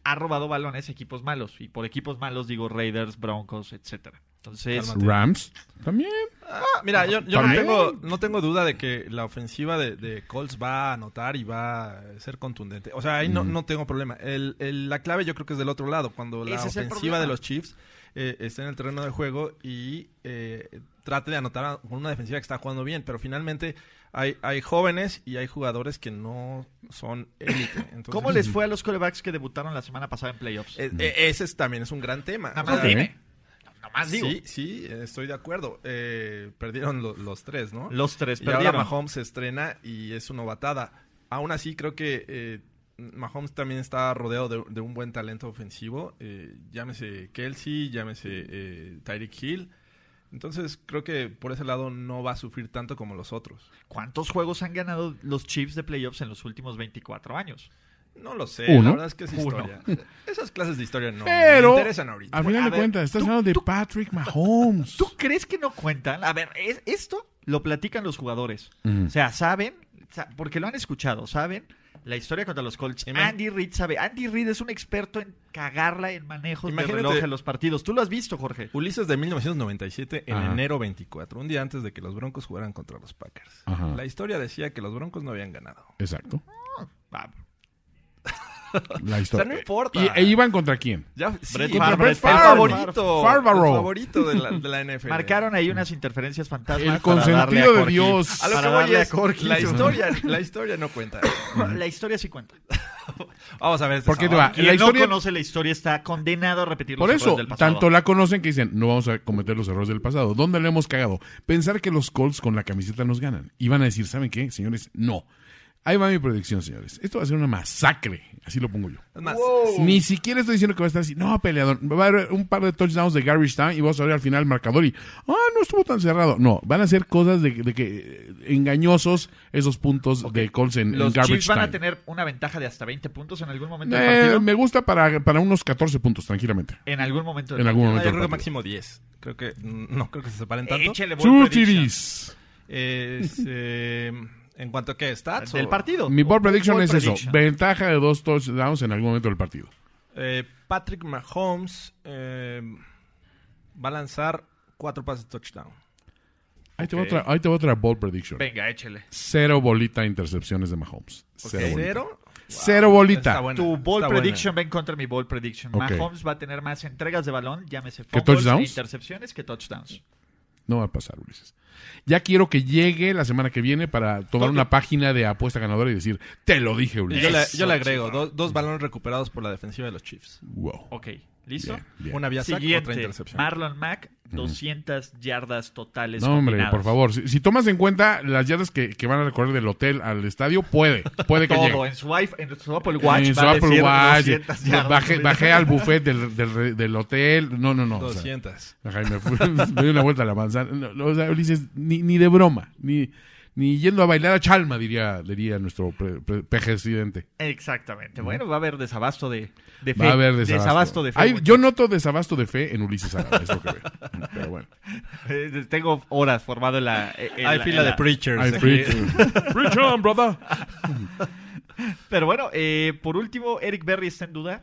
Speaker 1: ha robado balones a equipos malos. Y por equipos malos digo Raiders, Broncos, etcétera. Entonces,
Speaker 4: Cálmate.
Speaker 2: Rams. También.
Speaker 4: Ah, mira, yo, yo no,
Speaker 2: También.
Speaker 4: tengo, no tengo duda de que la ofensiva de, de Colts va a anotar y va a ser contundente. O sea, ahí no,
Speaker 1: Mm.
Speaker 4: no tengo problema. El- el- la clave yo creo que es del otro lado, cuando la
Speaker 1: Ese es el
Speaker 4: ofensiva
Speaker 1: problema.
Speaker 4: de los Chiefs eh, está en el terreno de juego y eh, trate de anotar a- con una defensiva que está jugando bien, pero finalmente hay, hay jóvenes y hay jugadores que no son
Speaker 1: [COUGHS]
Speaker 4: élite. Entonces,
Speaker 1: ¿cómo les fue a los corebacks que debutaron la semana pasada en playoffs?
Speaker 4: eh, eh, ese es, también es un gran tema.
Speaker 1: Nada
Speaker 4: O
Speaker 1: más
Speaker 4: sea,
Speaker 1: dime. Nada más Ah, digo.
Speaker 4: Sí, sí, eh, estoy de acuerdo. Eh, perdieron lo- los tres, ¿no?
Speaker 1: Los tres
Speaker 4: Y ahora
Speaker 1: perdieron.
Speaker 4: Mahomes se estrena y es una novatada. Aún así, creo que eh, Mahomes también está rodeado de, de un buen talento ofensivo. Eh, llámese Kelsey, llámese eh, Tyreek Hill. Entonces, creo que por ese lado no va a sufrir tanto como los otros.
Speaker 1: ¿Cuántos juegos han ganado los Chiefs de playoffs en los últimos 24 años?
Speaker 4: No lo sé,
Speaker 2: Uno.
Speaker 4: la verdad es que es
Speaker 1: Uno.
Speaker 2: [LAUGHS]
Speaker 4: historia. Esas clases de historia no
Speaker 2: Pero.
Speaker 4: me interesan ahorita.
Speaker 2: Al final
Speaker 1: A
Speaker 2: de
Speaker 1: ver,
Speaker 2: cuentas, estás
Speaker 1: tú-
Speaker 2: hablando de
Speaker 1: tú-
Speaker 2: Patrick Mahomes.
Speaker 1: ¿Tú crees que no cuentan? A ver, es- esto lo platican los jugadores.
Speaker 2: Ujú.
Speaker 1: O sea, saben, sa- porque lo han escuchado, saben la historia contra los Colts.
Speaker 4: Ima-
Speaker 1: Andy Reid sabe. Andy Reid es un experto en cagarla en manejos
Speaker 4: Imagínate-
Speaker 1: de reloj en los partidos. Tú lo has visto, Jorge.
Speaker 4: Ulises de 1997 en
Speaker 2: Ajá.
Speaker 4: enero 24, un día antes de que los Broncos jugaran contra los Packers.
Speaker 2: Ajá.
Speaker 4: La historia decía que los Broncos no habían ganado.
Speaker 2: Exacto.
Speaker 1: Ah,
Speaker 2: La
Speaker 4: O sea, no
Speaker 2: historia.
Speaker 4: importa.
Speaker 2: ¿Y, ¿E iban contra quién?
Speaker 4: Ya, sí,
Speaker 1: Brett
Speaker 4: contra
Speaker 1: Favre,
Speaker 4: Brett
Speaker 1: Favre,
Speaker 4: Favre,
Speaker 1: Favre,
Speaker 4: favorito.
Speaker 2: Favre.
Speaker 4: el favorito de la, de la NFL.
Speaker 1: Marcaron ahí unas interferencias fantasmas.
Speaker 2: El
Speaker 1: para darle a
Speaker 2: consentido de
Speaker 1: Corky.
Speaker 2: Dios.
Speaker 4: A lo
Speaker 1: para
Speaker 4: que voy
Speaker 1: darle
Speaker 4: es,
Speaker 1: a Corky
Speaker 4: la
Speaker 1: su-
Speaker 4: historia, la historia no cuenta.
Speaker 1: La historia sí cuenta.
Speaker 4: Vamos a ver. este
Speaker 2: Porque te
Speaker 4: sábado.
Speaker 2: va,
Speaker 1: Quien
Speaker 2: la historia,
Speaker 1: no conoce la historia está condenado a repetir los
Speaker 2: por
Speaker 1: errores
Speaker 2: eso,
Speaker 1: del pasado.
Speaker 2: tanto la conocen que dicen, no vamos a cometer los errores del pasado. ¿Dónde le hemos cagado? Pensar que los Colts con la camiseta nos ganan. Y van a decir, ¿saben qué, señores? No. Ahí va mi predicción, señores. Esto va a ser una masacre. Así lo pongo yo.
Speaker 4: Es más,
Speaker 2: Ni siquiera estoy diciendo que va a estar así. No, peleador. Va a haber un par de touchdowns de Garbage Time y vas a ver al final el marcador y. Ah, no estuvo tan cerrado. No, van a ser cosas de, de que. eh, engañosos esos puntos de Colts en, en
Speaker 1: Los
Speaker 2: Garbage
Speaker 1: Chiefs van a
Speaker 2: Time.
Speaker 1: tener una ventaja de hasta 20 puntos en algún momento del
Speaker 2: Eh,
Speaker 1: partido.
Speaker 2: me gusta para, para unos 14 puntos, tranquilamente.
Speaker 1: En algún momento. del
Speaker 2: En algún
Speaker 1: partido.
Speaker 4: yo
Speaker 2: momento.
Speaker 4: creo que máximo 10. Creo que. mm, No, creo que se separen
Speaker 1: Eh,
Speaker 4: tanto.
Speaker 1: Échele ball
Speaker 2: Two
Speaker 1: prediction
Speaker 2: TDs.
Speaker 4: Es, eh, en cuanto a qué, stats.
Speaker 1: del
Speaker 4: o-
Speaker 1: partido.
Speaker 2: Mi ball
Speaker 1: O-
Speaker 2: prediction
Speaker 1: ball
Speaker 2: es eso:
Speaker 1: prediction.
Speaker 2: ventaja de dos touchdowns en algún momento del partido.
Speaker 4: Eh, Patrick Mahomes eh, va a lanzar cuatro pases de touchdown.
Speaker 2: Ahí te va otra, ahí te va otra ball prediction:
Speaker 1: Venga, échele.
Speaker 2: cero bolita de intercepciones de Mahomes. Cero bolita.
Speaker 4: Cero.
Speaker 2: Cero bolita.
Speaker 4: Está buena,
Speaker 1: Tu ball
Speaker 4: está buena.
Speaker 1: prediction va en contra de mi ball prediction.
Speaker 2: Ok.
Speaker 1: Mahomes va a tener más entregas de balón, llámese
Speaker 2: ¿Que
Speaker 1: fumbles, e
Speaker 2: touchdowns?
Speaker 1: intercepciones que touchdowns.
Speaker 2: No va a pasar, Ulises. Ya quiero que llegue la semana que viene para tomar una página de apuesta ganadora y decir, te lo dije,
Speaker 4: Y Yo
Speaker 2: Ulises.
Speaker 4: le, yo le agrego dos, dos balones recuperados por la defensiva de los Chiefs.
Speaker 2: Wow.
Speaker 1: Ok, ¿listo?
Speaker 2: Bien, bien.
Speaker 4: Una vía sack, otra
Speaker 1: Siguiente,
Speaker 4: intercepción.
Speaker 1: Marlon Mack, 200 yardas totales
Speaker 2: No, hombre,
Speaker 1: combinadas.
Speaker 2: por favor. Si, si tomas en cuenta las yardas que, que van a recorrer del hotel al estadio, puede. Puede que
Speaker 1: Todo,
Speaker 2: llegue.
Speaker 1: en su, iPhone- en su Apple Watch
Speaker 2: En su
Speaker 1: va a
Speaker 2: Eh, Apple
Speaker 1: decir
Speaker 2: Watch,
Speaker 1: 200
Speaker 2: eh,
Speaker 1: yardas.
Speaker 2: Bajé, bajé al buffet del, del- del hotel. No, no, no. o sea, [LAUGHS]
Speaker 4: 200.
Speaker 2: ajá, y me, fui- [LAUGHS] me di una vuelta a la manzana. No, no, o sea, Ulises, ni, ni de broma. Ni, ni yendo a bailar a Chalma, diría, diría nuestro pre- pre- presidente.
Speaker 1: Exactamente. Bueno, va a haber desabasto de, de fe.
Speaker 2: Va a haber desabasto.
Speaker 1: de fe.
Speaker 2: Hay- yo noto desabasto de fe en Ulises Arada, es lo que veo.
Speaker 1: [LAUGHS]
Speaker 2: Pero bueno.
Speaker 1: [LAUGHS] Eh, Tengo horas formado en la... eh, en
Speaker 4: Hay
Speaker 1: la-
Speaker 4: fila
Speaker 1: en
Speaker 4: de
Speaker 1: la-
Speaker 4: preachers. ¿eh?
Speaker 2: I
Speaker 4: aquí.
Speaker 2: preach. Preach on, brother.
Speaker 1: Pero bueno, eh, por último, Eric Berry está en duda.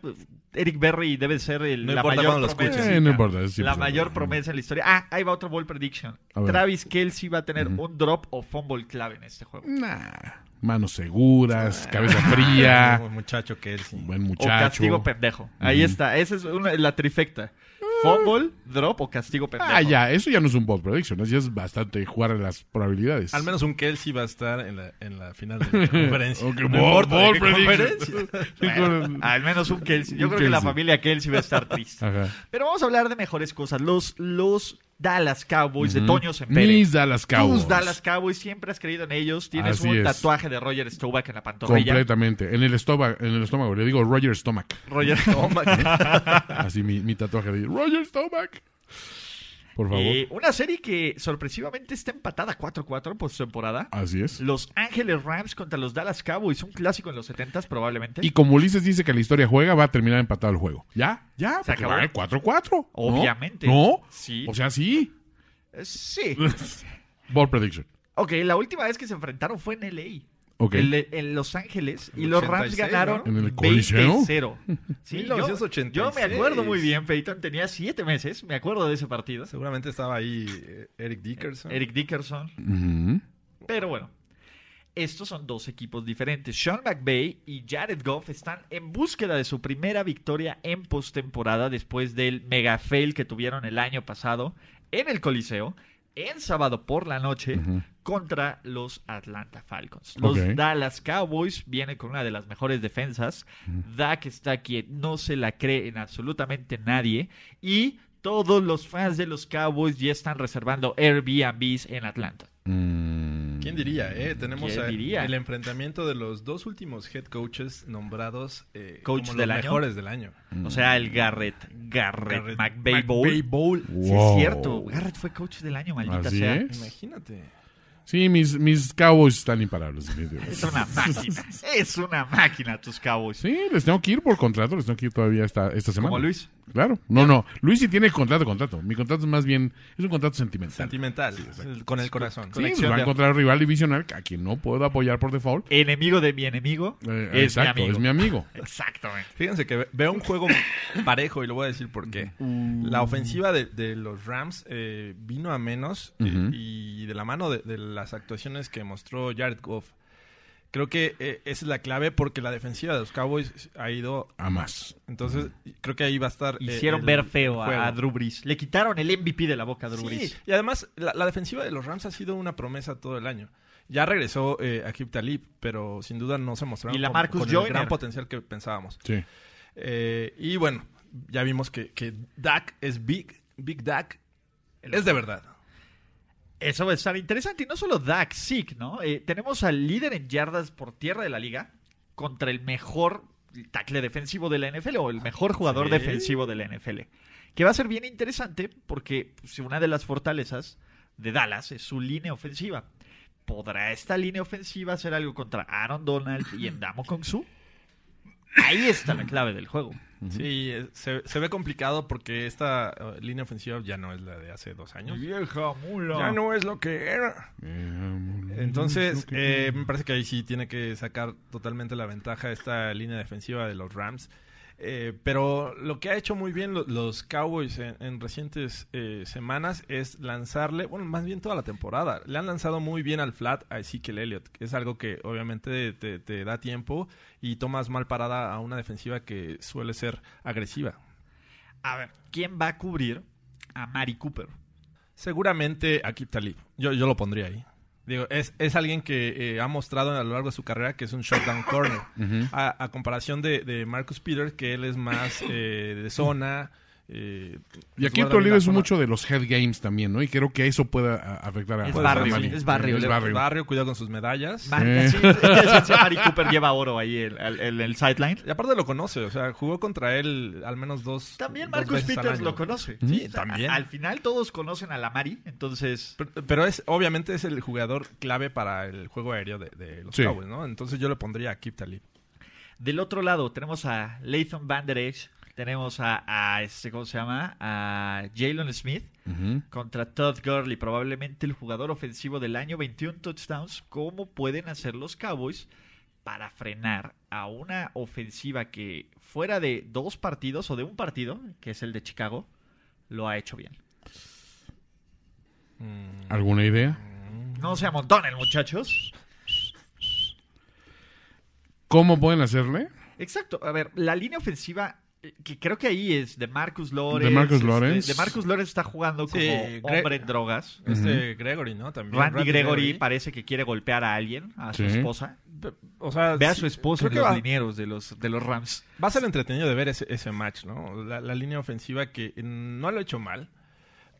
Speaker 1: Eric Berry debe ser el,
Speaker 4: No
Speaker 1: la
Speaker 4: importa
Speaker 1: mayor
Speaker 4: cuándo lo
Speaker 1: promesa.
Speaker 4: escuches.
Speaker 2: Eh, no importa, es
Speaker 1: la
Speaker 2: siempre-
Speaker 1: mayor promesa en la historia. Ah, ahí va otro ball prediction.
Speaker 2: A ver.
Speaker 1: Travis Kelsey va a tener un drop o fumble clave en este juego.
Speaker 2: [LAUGHS] Nah. Manos seguras, cabeza fría,
Speaker 1: [LAUGHS]
Speaker 4: Un Muchacho Kelsey.
Speaker 2: buen
Speaker 1: Ah. O castigo
Speaker 2: muchacho.
Speaker 1: pendejo. Ahí está. Esa es una- la trifecta. Fumble, drop o castigo pendejo.
Speaker 2: Ah, ya, eso ya no es un bot prediction, eso ya es bastante jugar a las probabilidades. [LAUGHS]
Speaker 4: Al menos un Kelsey va a estar en la, en la
Speaker 1: [LAUGHS]
Speaker 4: final de la conferencia.
Speaker 2: Ok,
Speaker 4: No
Speaker 2: ball-
Speaker 4: importa de
Speaker 2: ball
Speaker 4: qué
Speaker 2: prediction. [LAUGHS]
Speaker 4: conferencia.
Speaker 1: Bueno, [LAUGHS] al menos un Kelsey. Yo
Speaker 2: Un
Speaker 1: creo que la
Speaker 2: Kelsey.
Speaker 1: familia Kelsey va a estar
Speaker 2: [LAUGHS]
Speaker 1: triste.
Speaker 2: Ajá.
Speaker 1: Pero vamos a hablar de mejores cosas. Los, los Dallas Cowboys de Toño Sempere.
Speaker 2: Mis Dallas Cowboys.
Speaker 1: Tus Dallas Cowboys siempre has creído en ellos. Tienes
Speaker 2: Así
Speaker 1: un
Speaker 2: es.
Speaker 1: tatuaje de Roger Staubach en la pantorrilla.
Speaker 2: Completamente. En el, estómago, en el estómago, le digo Roger Stomach.
Speaker 1: Roger
Speaker 2: [LAUGHS] Así mi, mi tatuaje de Roger Stomach. Por favor.
Speaker 1: Eh, una serie que sorpresivamente está empatada 4-4 por su temporada.
Speaker 2: Así es.
Speaker 1: Los Ángeles Rams contra los Dallas Cowboys, un clásico en los 70s probablemente.
Speaker 2: Y como Ulises dice que la historia juega, va a terminar empatado el juego. ¿Ya? ¿Ya?
Speaker 1: Se
Speaker 2: porque
Speaker 1: acabó.
Speaker 2: va a 4-4. ¿no?
Speaker 1: Obviamente.
Speaker 2: ¿No?
Speaker 1: Sí.
Speaker 2: O sea, sí.
Speaker 1: Eh,
Speaker 2: [LAUGHS]
Speaker 1: Sí.
Speaker 2: Ball prediction.
Speaker 1: Ok, la última vez que se enfrentaron fue en LA.
Speaker 2: Ok.
Speaker 1: En, le- en Los Ángeles. Y
Speaker 4: El
Speaker 1: los Rams
Speaker 4: 86,
Speaker 1: ganaron
Speaker 2: ¿no? En el
Speaker 1: 20-0. Sí, yo-
Speaker 4: 1986.
Speaker 1: Yo, me acuerdo muy bien, Peyton tenía 7 meses. Me acuerdo de ese partido.
Speaker 4: Seguramente estaba ahí eh, Eric Dickerson.
Speaker 1: Eric Dickerson.
Speaker 2: Ujú.
Speaker 1: Pero bueno, estos son dos equipos diferentes. Sean McVay y Jared Goff están en búsqueda de su primera victoria en postemporada después del mega fail que tuvieron el año pasado en el Coliseo, en sábado por la noche, contra los Atlanta Falcons. Los
Speaker 2: Ok.
Speaker 1: Dallas Cowboys vienen con una de las mejores defensas. Dak está aquí, no se la cree en absolutamente nadie. Y todos los fans de los Cowboys ya están reservando Airbnbs en Atlanta.
Speaker 2: Mm.
Speaker 4: ¿Quién diría, eh? Tenemos
Speaker 1: ¿Quién
Speaker 4: a-
Speaker 1: diría?
Speaker 4: el enfrentamiento de los dos últimos head coaches nombrados eh,
Speaker 1: Coach
Speaker 4: como
Speaker 1: del
Speaker 4: los
Speaker 1: año.
Speaker 4: mejores del año.
Speaker 1: O sea, el Garrett, Garrett,
Speaker 4: Garrett
Speaker 1: McVay
Speaker 4: McVay
Speaker 1: Bowl.
Speaker 4: Bowl.
Speaker 1: Sí,
Speaker 2: Wow. ¿Ah,
Speaker 1: es cierto. Garrett fue coach del año, maldita
Speaker 2: Así
Speaker 1: sea.
Speaker 2: es.
Speaker 4: Imagínate.
Speaker 2: Sí, mis, mis Cowboys están imparables. definitivamente.
Speaker 1: Es una máquina. es una máquina, tus Cowboys.
Speaker 2: Sí, les tengo que ir por contrato, les tengo que ir todavía esta, esta semana.
Speaker 1: Como Luis.
Speaker 2: Claro. No, no. Luis sí tiene contrato, contrato. Mi contrato es más bien, es un contrato sentimental.
Speaker 4: Sentimental. con el corazón.
Speaker 2: Sí, pues
Speaker 1: Conexión
Speaker 2: va a
Speaker 1: de-
Speaker 2: encontrar rival divisional a quien no puedo apoyar por default.
Speaker 1: Enemigo de mi enemigo
Speaker 2: Eh,
Speaker 1: es
Speaker 2: exacto,
Speaker 1: mi amigo.
Speaker 2: es mi amigo.
Speaker 1: Exactamente.
Speaker 4: Fíjense que ve- veo un juego [COUGHS] parejo y lo voy a decir por qué.
Speaker 1: Mm.
Speaker 4: La ofensiva de, de los Rams eh, vino a menos eh,
Speaker 2: Ujú.
Speaker 4: y de la mano de, de las actuaciones que mostró Jared Goff. Creo que eh, esa es la clave porque la defensiva de los Cowboys ha ido.
Speaker 2: A más.
Speaker 4: Entonces, creo que ahí va a estar. eh,
Speaker 1: Mm. Hicieron
Speaker 4: el-
Speaker 1: ver feo
Speaker 4: el juego.
Speaker 1: a, a Drew Brees. Le quitaron el MVP de la boca a Drew
Speaker 4: Sí,
Speaker 1: Brees.
Speaker 4: y además la, la defensiva de los Rams ha sido una promesa todo el año. Ya regresó eh, Akib Talib, pero sin duda no se mostraron
Speaker 1: Y la
Speaker 4: con-
Speaker 1: Marcus
Speaker 4: con
Speaker 1: Joyner.
Speaker 4: el gran potencial que pensábamos.
Speaker 2: Sí.
Speaker 4: Eh, y bueno, ya vimos que, que Dak es big, big Dak. Es de verdad.
Speaker 1: Eso va a estar interesante. Y no solo Dak, Zeke, ¿no? Eh, tenemos al líder en yardas por tierra de la liga contra el mejor tackle defensivo de la NFL o el mejor jugador
Speaker 4: Sí.
Speaker 1: defensivo de la NFL. Que va a ser bien interesante porque pues, una de las fortalezas de Dallas es su línea ofensiva. ¿Podrá esta línea ofensiva hacer algo contra Aaron Donald y Endamo Kong Su? Ahí está la clave del juego.
Speaker 4: Sí, eh, se, se ve complicado porque esta eh, línea ofensiva ya no es la de hace dos años.
Speaker 1: Vieja mula.
Speaker 4: Ya no es lo que era. Entonces, eh, me parece que ahí sí tiene que sacar totalmente la ventaja esta línea defensiva de los Rams. Eh, pero lo que ha hecho muy bien lo- los Cowboys en, en recientes eh, semanas es lanzarle, bueno, más bien toda la temporada. Le han lanzado muy bien al flat a Ezekiel Elliott. que Es algo que obviamente te, te da tiempo y tomas mal parada a una defensiva que suele ser agresiva.
Speaker 1: A ver, ¿quién va a cubrir a Mari Cooper?
Speaker 4: Seguramente aquí Talib. Yo, yo lo pondría ahí. Digo, es, es alguien que eh, ha mostrado a lo largo de su carrera que es un shutdown corner. a, a comparación de, de Marcus Peters, que él es más eh, de zona. eh,
Speaker 2: Y aquí
Speaker 4: resguarda bien
Speaker 2: Toledo
Speaker 4: la
Speaker 2: es
Speaker 4: zona.
Speaker 2: mucho de los head games también, ¿no? Y creo que eso pueda a- afectar a
Speaker 1: Es
Speaker 2: a
Speaker 1: barrio,
Speaker 2: Mari.
Speaker 1: es barrio.
Speaker 2: Es
Speaker 4: Barrio. Barrio, cuidado con sus medallas.
Speaker 1: Marca, [LAUGHS] sí, es- es- es- Mari Cooper lleva oro ahí en el, el, sideline.
Speaker 4: y aparte lo conoce, o sea, jugó contra él al menos dos.
Speaker 1: También
Speaker 4: dos
Speaker 1: Marcus
Speaker 4: veces al
Speaker 1: Peters
Speaker 4: año.
Speaker 1: lo conoce.
Speaker 4: Sí,
Speaker 1: O sea,
Speaker 4: también.
Speaker 1: a- Al final todos conocen a la Mari, entonces
Speaker 4: Pero, pero es, obviamente es el jugador clave para el juego aéreo de, de los
Speaker 2: Sí.
Speaker 4: Cowboys, ¿no? Entonces yo le pondría a Kip Talib.
Speaker 1: del otro lado tenemos a Leighton Van Der Esch, tenemos a, a este ¿cómo se llama? A Jalen Smith
Speaker 2: Ujú.
Speaker 1: contra Todd Gurley, probablemente el jugador ofensivo del año, 21 touchdowns. ¿Cómo pueden hacer los Cowboys para frenar a una ofensiva que fuera de dos partidos o de un partido, que es el de Chicago, lo ha hecho bien?
Speaker 2: ¿Alguna idea?
Speaker 1: No se amontonen, muchachos.
Speaker 2: ¿Cómo pueden hacerle?
Speaker 1: Exacto. A ver, la línea ofensiva, eh, que creo que ahí es de Marcus Lawrence.
Speaker 2: De Marcus
Speaker 1: este,
Speaker 2: Lawrence.
Speaker 1: de Marcus Lawrence está jugando como
Speaker 4: Sí, Gre-
Speaker 1: hombre en drogas.
Speaker 4: Este Gregory, ¿no? También.
Speaker 1: Randy Gregory
Speaker 4: Gregory.
Speaker 1: parece que quiere golpear a alguien, a su
Speaker 2: Sí.
Speaker 1: esposa.
Speaker 4: O sea,
Speaker 1: Ve a
Speaker 4: sí,
Speaker 1: su esposa
Speaker 4: creo
Speaker 1: en
Speaker 4: que
Speaker 1: los
Speaker 4: va,
Speaker 1: linieros de los, de los Rams.
Speaker 4: va a ser entretenido de ver ese, ese match, ¿no? La, la línea ofensiva que eh, no lo ha hecho mal,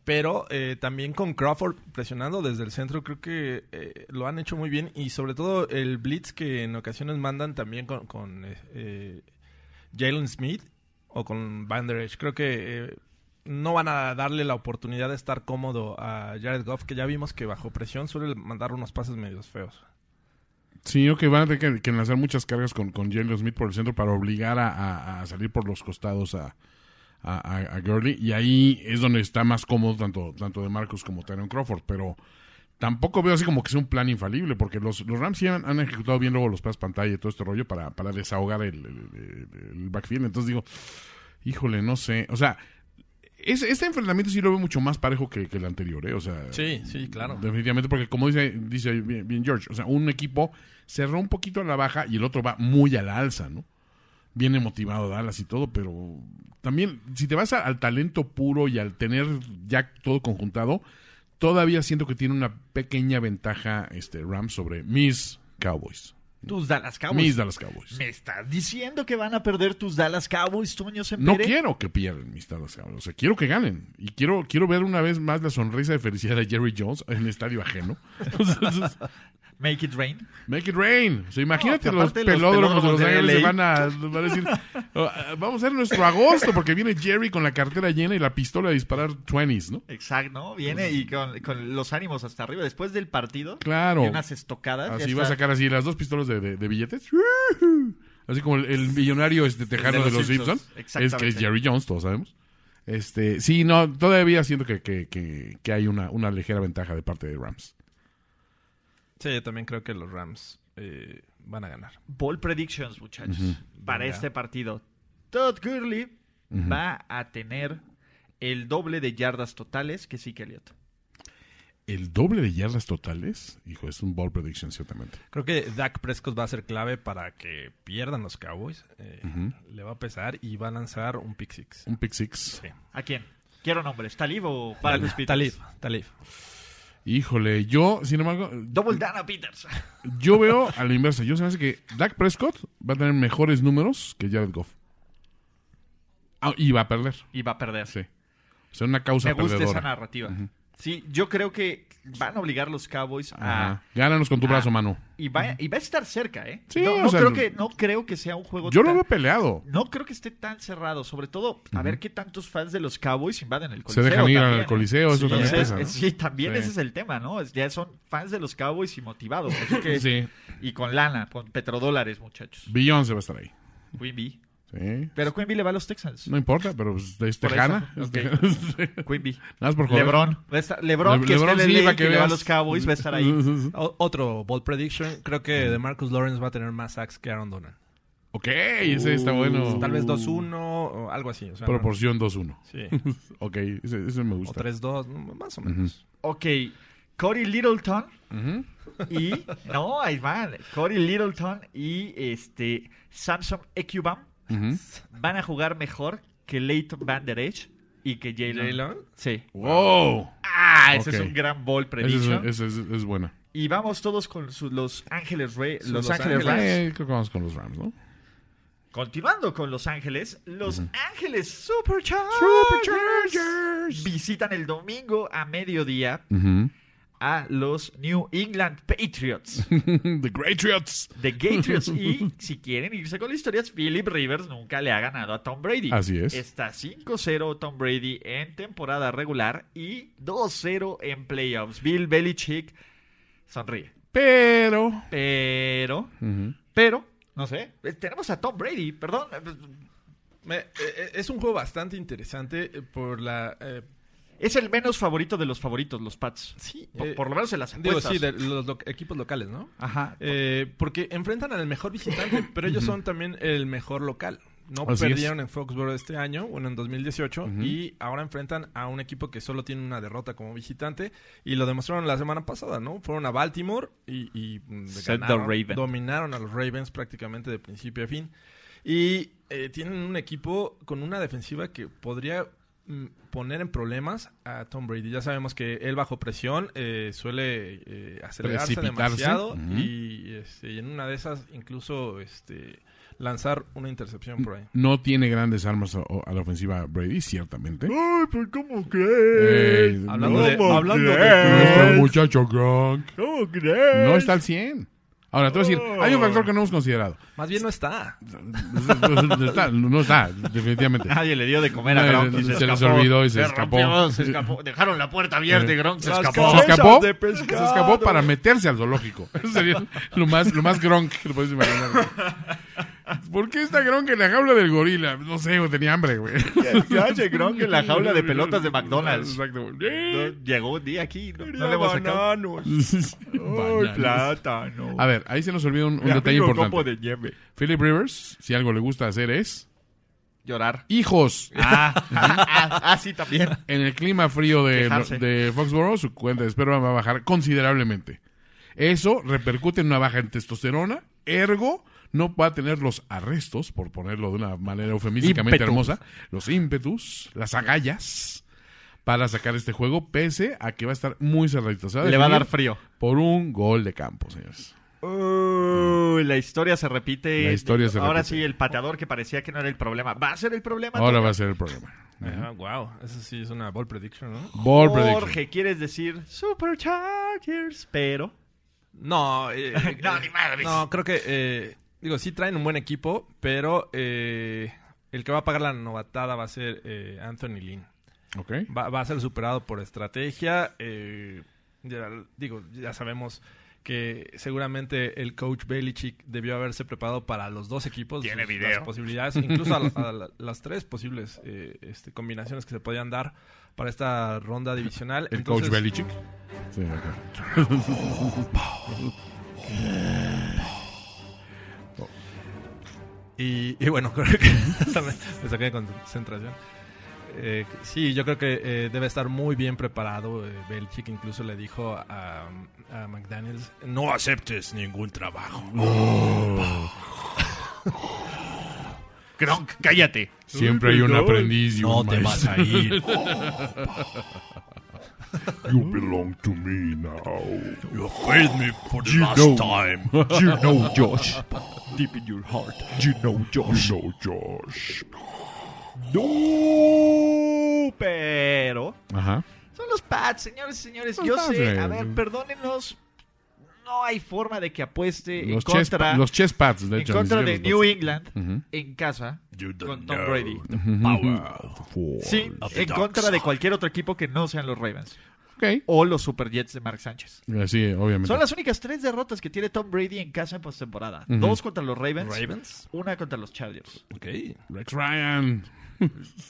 Speaker 4: pero eh, también con Crawford presionando desde el centro, creo que eh, lo han hecho muy bien y sobre todo el blitz que en ocasiones mandan también con, con, eh, eh, Jalen Smith o con Van Der Esch. Creo que eh, no van a darle la oportunidad de estar cómodo a Jared Goff, que ya vimos que bajo presión suele mandar unos pases medios feos.
Speaker 2: Sí, yo que van a tener que, que lanzar muchas cargas con, con Jalen Smith por el centro para obligar a, a- a salir por los costados a, a, a- a Gurley. Y ahí es donde está más cómodo tanto, tanto de Marcus como Tyron Crawford. Pero tampoco veo así como que sea un plan infalible, porque los, los Rams sí han, han ejecutado bien luego los pases pantalla y todo este rollo para, para desahogar el, el- el- el backfield. Entonces digo, híjole, no sé. O sea, es- este enfrentamiento sí lo veo mucho más parejo que, que el anterior, ¿eh? O sea,
Speaker 4: Sí, sí, claro.
Speaker 2: Definitivamente, porque como dice, dice bien, bien George, o sea, un equipo cerró un poquito a la baja y el otro va muy a la alza, ¿no? Viene motivado Dallas y todo, pero también, si te vas a- al talento puro y al tener ya todo conjuntado, todavía siento que tiene una pequeña ventaja este Rams sobre mis Cowboys.
Speaker 1: Tus Dallas Cowboys.
Speaker 2: Mis Dallas Cowboys.
Speaker 1: Me estás diciendo que van a perder tus Dallas Cowboys, Toño
Speaker 2: No
Speaker 1: Sempere.
Speaker 2: quiero que pierdan mis Dallas Cowboys, o sea, quiero que ganen. Y quiero, quiero ver una vez más la sonrisa de felicidad de Jerry Jones en el estadio ajeno. Entonces,
Speaker 1: Make it rain.
Speaker 2: Make it rain. O sea, imagínate
Speaker 1: No,
Speaker 2: los
Speaker 1: aparte los
Speaker 2: pelódromos de
Speaker 1: pelódromos
Speaker 2: Los
Speaker 1: de
Speaker 2: Ángeles se
Speaker 1: LA.
Speaker 2: van a, van
Speaker 1: [LAUGHS]
Speaker 2: a decir, "Oh, ah, vamos a hacer nuestro agosto, porque viene Jerry con la cartera llena y la pistola a disparar 20s, ¿no?
Speaker 1: Exacto, ¿no? Viene y con, con los ánimos hasta arriba. Después del partido,
Speaker 2: Claro.
Speaker 1: y unas estocadas. ya
Speaker 2: Así va a
Speaker 1: está.
Speaker 2: sacar así las dos pistolas de, de- de billetes. [LAUGHS] Así como el, el millonario este tejano de
Speaker 1: de
Speaker 2: los,
Speaker 1: los
Speaker 2: Simpsons.
Speaker 1: Simpsons.
Speaker 2: Es que es
Speaker 1: Exactamente.
Speaker 2: Jerry Jones, todos sabemos. Este, sí, no, todavía siento que, que, que- que hay una, una ligera ventaja de parte de Rams.
Speaker 4: Sí, yo también creo que los Rams eh, van a ganar.
Speaker 1: Ball predictions, muchachos, para
Speaker 4: Venga.
Speaker 1: este partido. Todd Gurley va a tener el doble de yardas totales que sí que Elliott.
Speaker 2: El doble de yardas totales, hijo, es un ball prediction, ciertamente.
Speaker 4: Creo que Dak Prescott va a ser clave para que pierdan los Cowboys. Eh, Le va a pesar y va a lanzar un pick six. Ah,
Speaker 2: Un pick six.
Speaker 4: Sí.
Speaker 1: ¿A quién? Quiero nombres. ¿Talib o Marcus Peters?
Speaker 4: Talib, Talib.
Speaker 2: Híjole, yo, sin embargo,
Speaker 1: Double Dana Peters. [LAUGHS]
Speaker 2: yo veo a la inversa. Yo se me hace que Dak Prescott va a tener mejores números que Jared Goff. Ah, y va a perder.
Speaker 1: Y va a perder.
Speaker 2: Sí. O sea, una causa
Speaker 1: Me gusta
Speaker 2: perdedora.
Speaker 1: esa narrativa. Sí, yo creo que van a obligar los Cowboys a...
Speaker 2: Ajá. Gánanos
Speaker 1: Ah,
Speaker 2: con tu brazo, mano.
Speaker 1: Y va, y va a estar cerca, ¿eh?
Speaker 2: Sí,
Speaker 1: no,
Speaker 2: o
Speaker 1: no
Speaker 2: sea,
Speaker 1: creo que, no creo que sea un juego
Speaker 2: Yo lo
Speaker 1: tan-
Speaker 2: veo peleado.
Speaker 1: No creo que esté tan cerrado. Sobre todo, a ver qué tantos fans de los Cowboys invaden el
Speaker 2: Se
Speaker 1: Coliseo.
Speaker 2: dejan ir al
Speaker 1: también, ¿eh?
Speaker 2: Coliseo, eso también
Speaker 1: Entonces,
Speaker 2: pesa, ¿no?
Speaker 1: eh, Sí, también
Speaker 2: Sí.
Speaker 1: ese es el tema, ¿no? Es- Ya son fans de los Cowboys y motivados. así que-
Speaker 2: Sí.
Speaker 1: Y con lana, con petrodólares, muchachos.
Speaker 2: Beyoncé va a estar ahí.
Speaker 1: Queen Bee.
Speaker 2: Sí.
Speaker 1: Pero Queen Bee le va a los Texans.
Speaker 2: [LAUGHS] No importa, pero pues, es
Speaker 1: Por eso,
Speaker 2: tejana. [LAUGHS]
Speaker 1: ok. Queen Bee.
Speaker 2: Nada más por joder.
Speaker 1: Lebron. Va a estar- Lebron,
Speaker 2: Le-
Speaker 1: que,
Speaker 2: Lebron
Speaker 1: esté
Speaker 2: sí,
Speaker 1: en el
Speaker 2: para que
Speaker 1: que le va a
Speaker 2: veas.
Speaker 1: los Cowboys, va a
Speaker 2: [LAUGHS]
Speaker 1: estar ahí.
Speaker 4: O- otro bold prediction. Creo que de Marcus Lawrence va a tener más sacks que Aaron Donald.
Speaker 2: Ok, ese
Speaker 1: Uh,
Speaker 2: está
Speaker 1: Oh.
Speaker 2: bueno.
Speaker 4: Tal vez 2-1 o algo así. O sea, no-
Speaker 2: Proporción 2-1.
Speaker 1: [LAUGHS]
Speaker 4: sí.
Speaker 2: [LAUGHS] Ok, ese, ese me
Speaker 4: O
Speaker 2: gusta.
Speaker 4: 3-2, no, más o menos.
Speaker 1: Ok, Cory Littleton y... No, ahí van. Cory Littleton y este Samson Ekubam
Speaker 2: Ujú.
Speaker 1: van a jugar mejor que Leighton Van Der Esch y que Jalen.
Speaker 4: ¿Jalen?
Speaker 1: Sí.
Speaker 2: ¡Wow!
Speaker 1: Ah, ese
Speaker 2: Ok.
Speaker 1: es un gran ball
Speaker 2: Ese es,
Speaker 1: prediction.
Speaker 2: ese es- es buena.
Speaker 1: Y vamos todos con su- los Ángeles Re- Los,
Speaker 4: Los
Speaker 1: Ángeles Rams.
Speaker 4: Ángeles.
Speaker 2: Eh, creo que vamos con los Rams, ¿no?
Speaker 1: Continuando con Los Ángeles, Los Ángeles Superchargers, visitan el domingo a mediodía a los New England Patriots.
Speaker 2: The Great Triots.
Speaker 1: The Patriots.
Speaker 2: [LAUGHS]
Speaker 1: Y si quieren irse con las historias, Philip Rivers nunca le ha ganado a Tom Brady.
Speaker 2: Así es.
Speaker 1: Está 5-0 Tom Brady en temporada regular y 2-0 en playoffs. Bill Belichick sonríe.
Speaker 2: Pero.
Speaker 1: Pero,
Speaker 2: Ujú.
Speaker 1: pero, no sé, eh, tenemos a Tom Brady, perdón. eh,
Speaker 4: Me- eh, eh, es un juego bastante interesante eh, por la... eh,
Speaker 1: Es el menos favorito de los favoritos, los Pats.
Speaker 4: sí,
Speaker 1: Por,
Speaker 4: eh,
Speaker 1: por lo menos en las
Speaker 4: Digo,
Speaker 1: apuestas.
Speaker 4: sí, de los lo- equipos locales, ¿no?
Speaker 1: Ajá.
Speaker 4: Eh, porque enfrentan al mejor
Speaker 2: [LAUGHS]
Speaker 4: visitante, pero ellos son también el mejor local. No
Speaker 2: Así
Speaker 4: perdieron en Foxborough este año, bueno, en 2018, y ahora enfrentan a un equipo que solo tiene una derrota como visitante, y lo demostraron la semana pasada, ¿no? Fueron a Baltimore y, y, mm,
Speaker 1: Said the Raven.
Speaker 4: dominaron a los Ravens prácticamente de principio a fin. Y eh, tienen un equipo con una defensiva que podría mm, poner en problemas a Tom Brady. Ya sabemos que él bajo presión eh, suele eh, acelerarse
Speaker 2: Precipitarse.
Speaker 4: demasiado
Speaker 2: Ujú.
Speaker 4: y, este, y en una de esas incluso este, lanzar una intercepción por ahí.
Speaker 2: No tiene grandes armas a, a la ofensiva Brady, ciertamente.
Speaker 1: Ay, pues, ¿cómo crees?
Speaker 2: Eh,
Speaker 4: Hablando
Speaker 2: no-
Speaker 4: de, hablando
Speaker 2: Nuestro
Speaker 4: de
Speaker 2: muchacho Gronk
Speaker 1: ¿Cómo crees?
Speaker 2: no está al 100. Ahora, te voy a decir, hay un factor que no hemos considerado.
Speaker 4: más bien no está.
Speaker 2: No está, no está, definitivamente.
Speaker 1: Nadie le dio de comer a
Speaker 2: Nadie
Speaker 1: Gronk.
Speaker 2: le-
Speaker 1: y
Speaker 2: se les olvidó y se escapó. Eh,
Speaker 1: rompió, se escapó. Dejaron la puerta abierta y Gronk se escapó.
Speaker 2: Se escapó,
Speaker 4: de
Speaker 2: se
Speaker 4: pescado.
Speaker 2: escapó para meterse al zoológico. Eso sería lo más, lo más gronk que te puedes imaginar. ¿Por qué está gronk en la jaula del gorila? No sé, güey, tenía hambre, güey.
Speaker 1: Gache Gronk en la jaula de pelotas de McDonald's.
Speaker 2: Mm, Exacto. güey.
Speaker 1: No,
Speaker 2: Eh,
Speaker 1: Llegó un día aquí. No, no le hemos sacado. [LAUGHS] Ay,
Speaker 2: bananas.
Speaker 1: plátano.
Speaker 2: A ver, ahí se nos olvida un, un
Speaker 1: Mi
Speaker 2: detalle
Speaker 1: amigo
Speaker 2: importante.
Speaker 1: Copo de nieve.
Speaker 2: Philip Rivers, si algo le gusta hacer es
Speaker 1: Llorar. [LAUGHS]
Speaker 2: hijos.
Speaker 1: Ah, ah, ah, ah, sí, también.
Speaker 2: En el clima frío de,
Speaker 1: Quejarse.
Speaker 2: de Foxborough, su cuenta de esperma va a bajar considerablemente. Eso repercute en una baja en testosterona, ergo no va a tener los arrestos, por ponerlo de una manera eufemísticamente
Speaker 1: Ímpetu.
Speaker 2: hermosa, los ímpetus, las agallas para sacar este juego, pese a que va a estar muy cerradito. Se
Speaker 1: Le va a dar
Speaker 2: definir
Speaker 1: frío.
Speaker 2: por un gol de campo, señores.
Speaker 1: Uy, la historia se repite.
Speaker 2: La historia se
Speaker 1: Ahora
Speaker 2: repite.
Speaker 1: sí, el pateador que parecía que no era el problema. ¿Va a ser el problema?
Speaker 2: Ahora
Speaker 1: Toño?
Speaker 2: va a ser el problema.
Speaker 4: Ah, wow, eso sí es una ball prediction, ¿no?
Speaker 2: Ball prediction.
Speaker 1: Jorge, ¿quieres decir Superchargers? Pero.
Speaker 4: No,
Speaker 1: [LAUGHS]
Speaker 4: eh,
Speaker 1: No, ni madres.
Speaker 4: No, creo que, eh, digo, sí traen un buen equipo, pero eh, el que va a pagar la novatada va a ser eh, Anthony Lynn.
Speaker 2: Ok.
Speaker 4: Va, va a ser superado por estrategia. eh, ya- digo, ya sabemos que seguramente el coach Belichick debió haberse preparado para los dos equipos.
Speaker 1: Tiene
Speaker 4: sus-
Speaker 1: video.
Speaker 4: Las posibilidades, incluso a, la- a la- las tres posibles eh, este, combinaciones que se podían dar para esta ronda divisional.
Speaker 2: El
Speaker 4: Entonces,
Speaker 2: coach Belichick. Sí, ok.
Speaker 4: Y, y bueno, [LAUGHS] creo que hasta me, me saqué de concentración. Eh, sí, yo creo que eh, debe estar muy bien preparado. eh, Belichick incluso le dijo a, a McDaniels, no aceptes ningún trabajo.
Speaker 1: Gronk, cállate.
Speaker 2: Siempre hay un aprendiz y un
Speaker 4: No te vas
Speaker 2: maestro.
Speaker 4: a ir.
Speaker 7: You belong to me now.
Speaker 6: You hate me for the last
Speaker 7: know.
Speaker 6: time.
Speaker 7: [LAUGHS] You know Josh.
Speaker 6: Deep in your heart.
Speaker 7: You know Josh. You know Josh.
Speaker 1: No, pero
Speaker 2: Ajá.
Speaker 1: son los Pats, señores y señores.
Speaker 2: Los
Speaker 1: Yo
Speaker 2: Pats,
Speaker 1: sé,
Speaker 2: güey.
Speaker 1: a ver, perdónenos. No hay forma de que apueste
Speaker 2: Los,
Speaker 1: Eh, en
Speaker 2: chess,
Speaker 1: contra,
Speaker 2: los chess pads, de
Speaker 1: en
Speaker 2: hecho.
Speaker 1: contra de
Speaker 2: ni siquiera
Speaker 1: New
Speaker 2: los-
Speaker 1: England en casa
Speaker 7: Oh,
Speaker 6: You don't
Speaker 1: con Tom
Speaker 6: know
Speaker 1: Brady.
Speaker 6: the power. [LAUGHS]
Speaker 1: Sí,
Speaker 6: of the
Speaker 1: en
Speaker 6: dark
Speaker 1: contra de
Speaker 6: side.
Speaker 1: cualquier otro equipo que no sean los Ravens
Speaker 2: Ok.
Speaker 1: o los Super Jets de Mark Sánchez.
Speaker 2: Eh, Sí, obviamente.
Speaker 1: Son las únicas tres derrotas que tiene Tom Brady en casa en postemporada.
Speaker 2: Ujú.
Speaker 1: Dos contra los Ravens,
Speaker 4: Ravens.
Speaker 1: una contra los Chargers.
Speaker 4: Ok.
Speaker 2: Rex Ryan.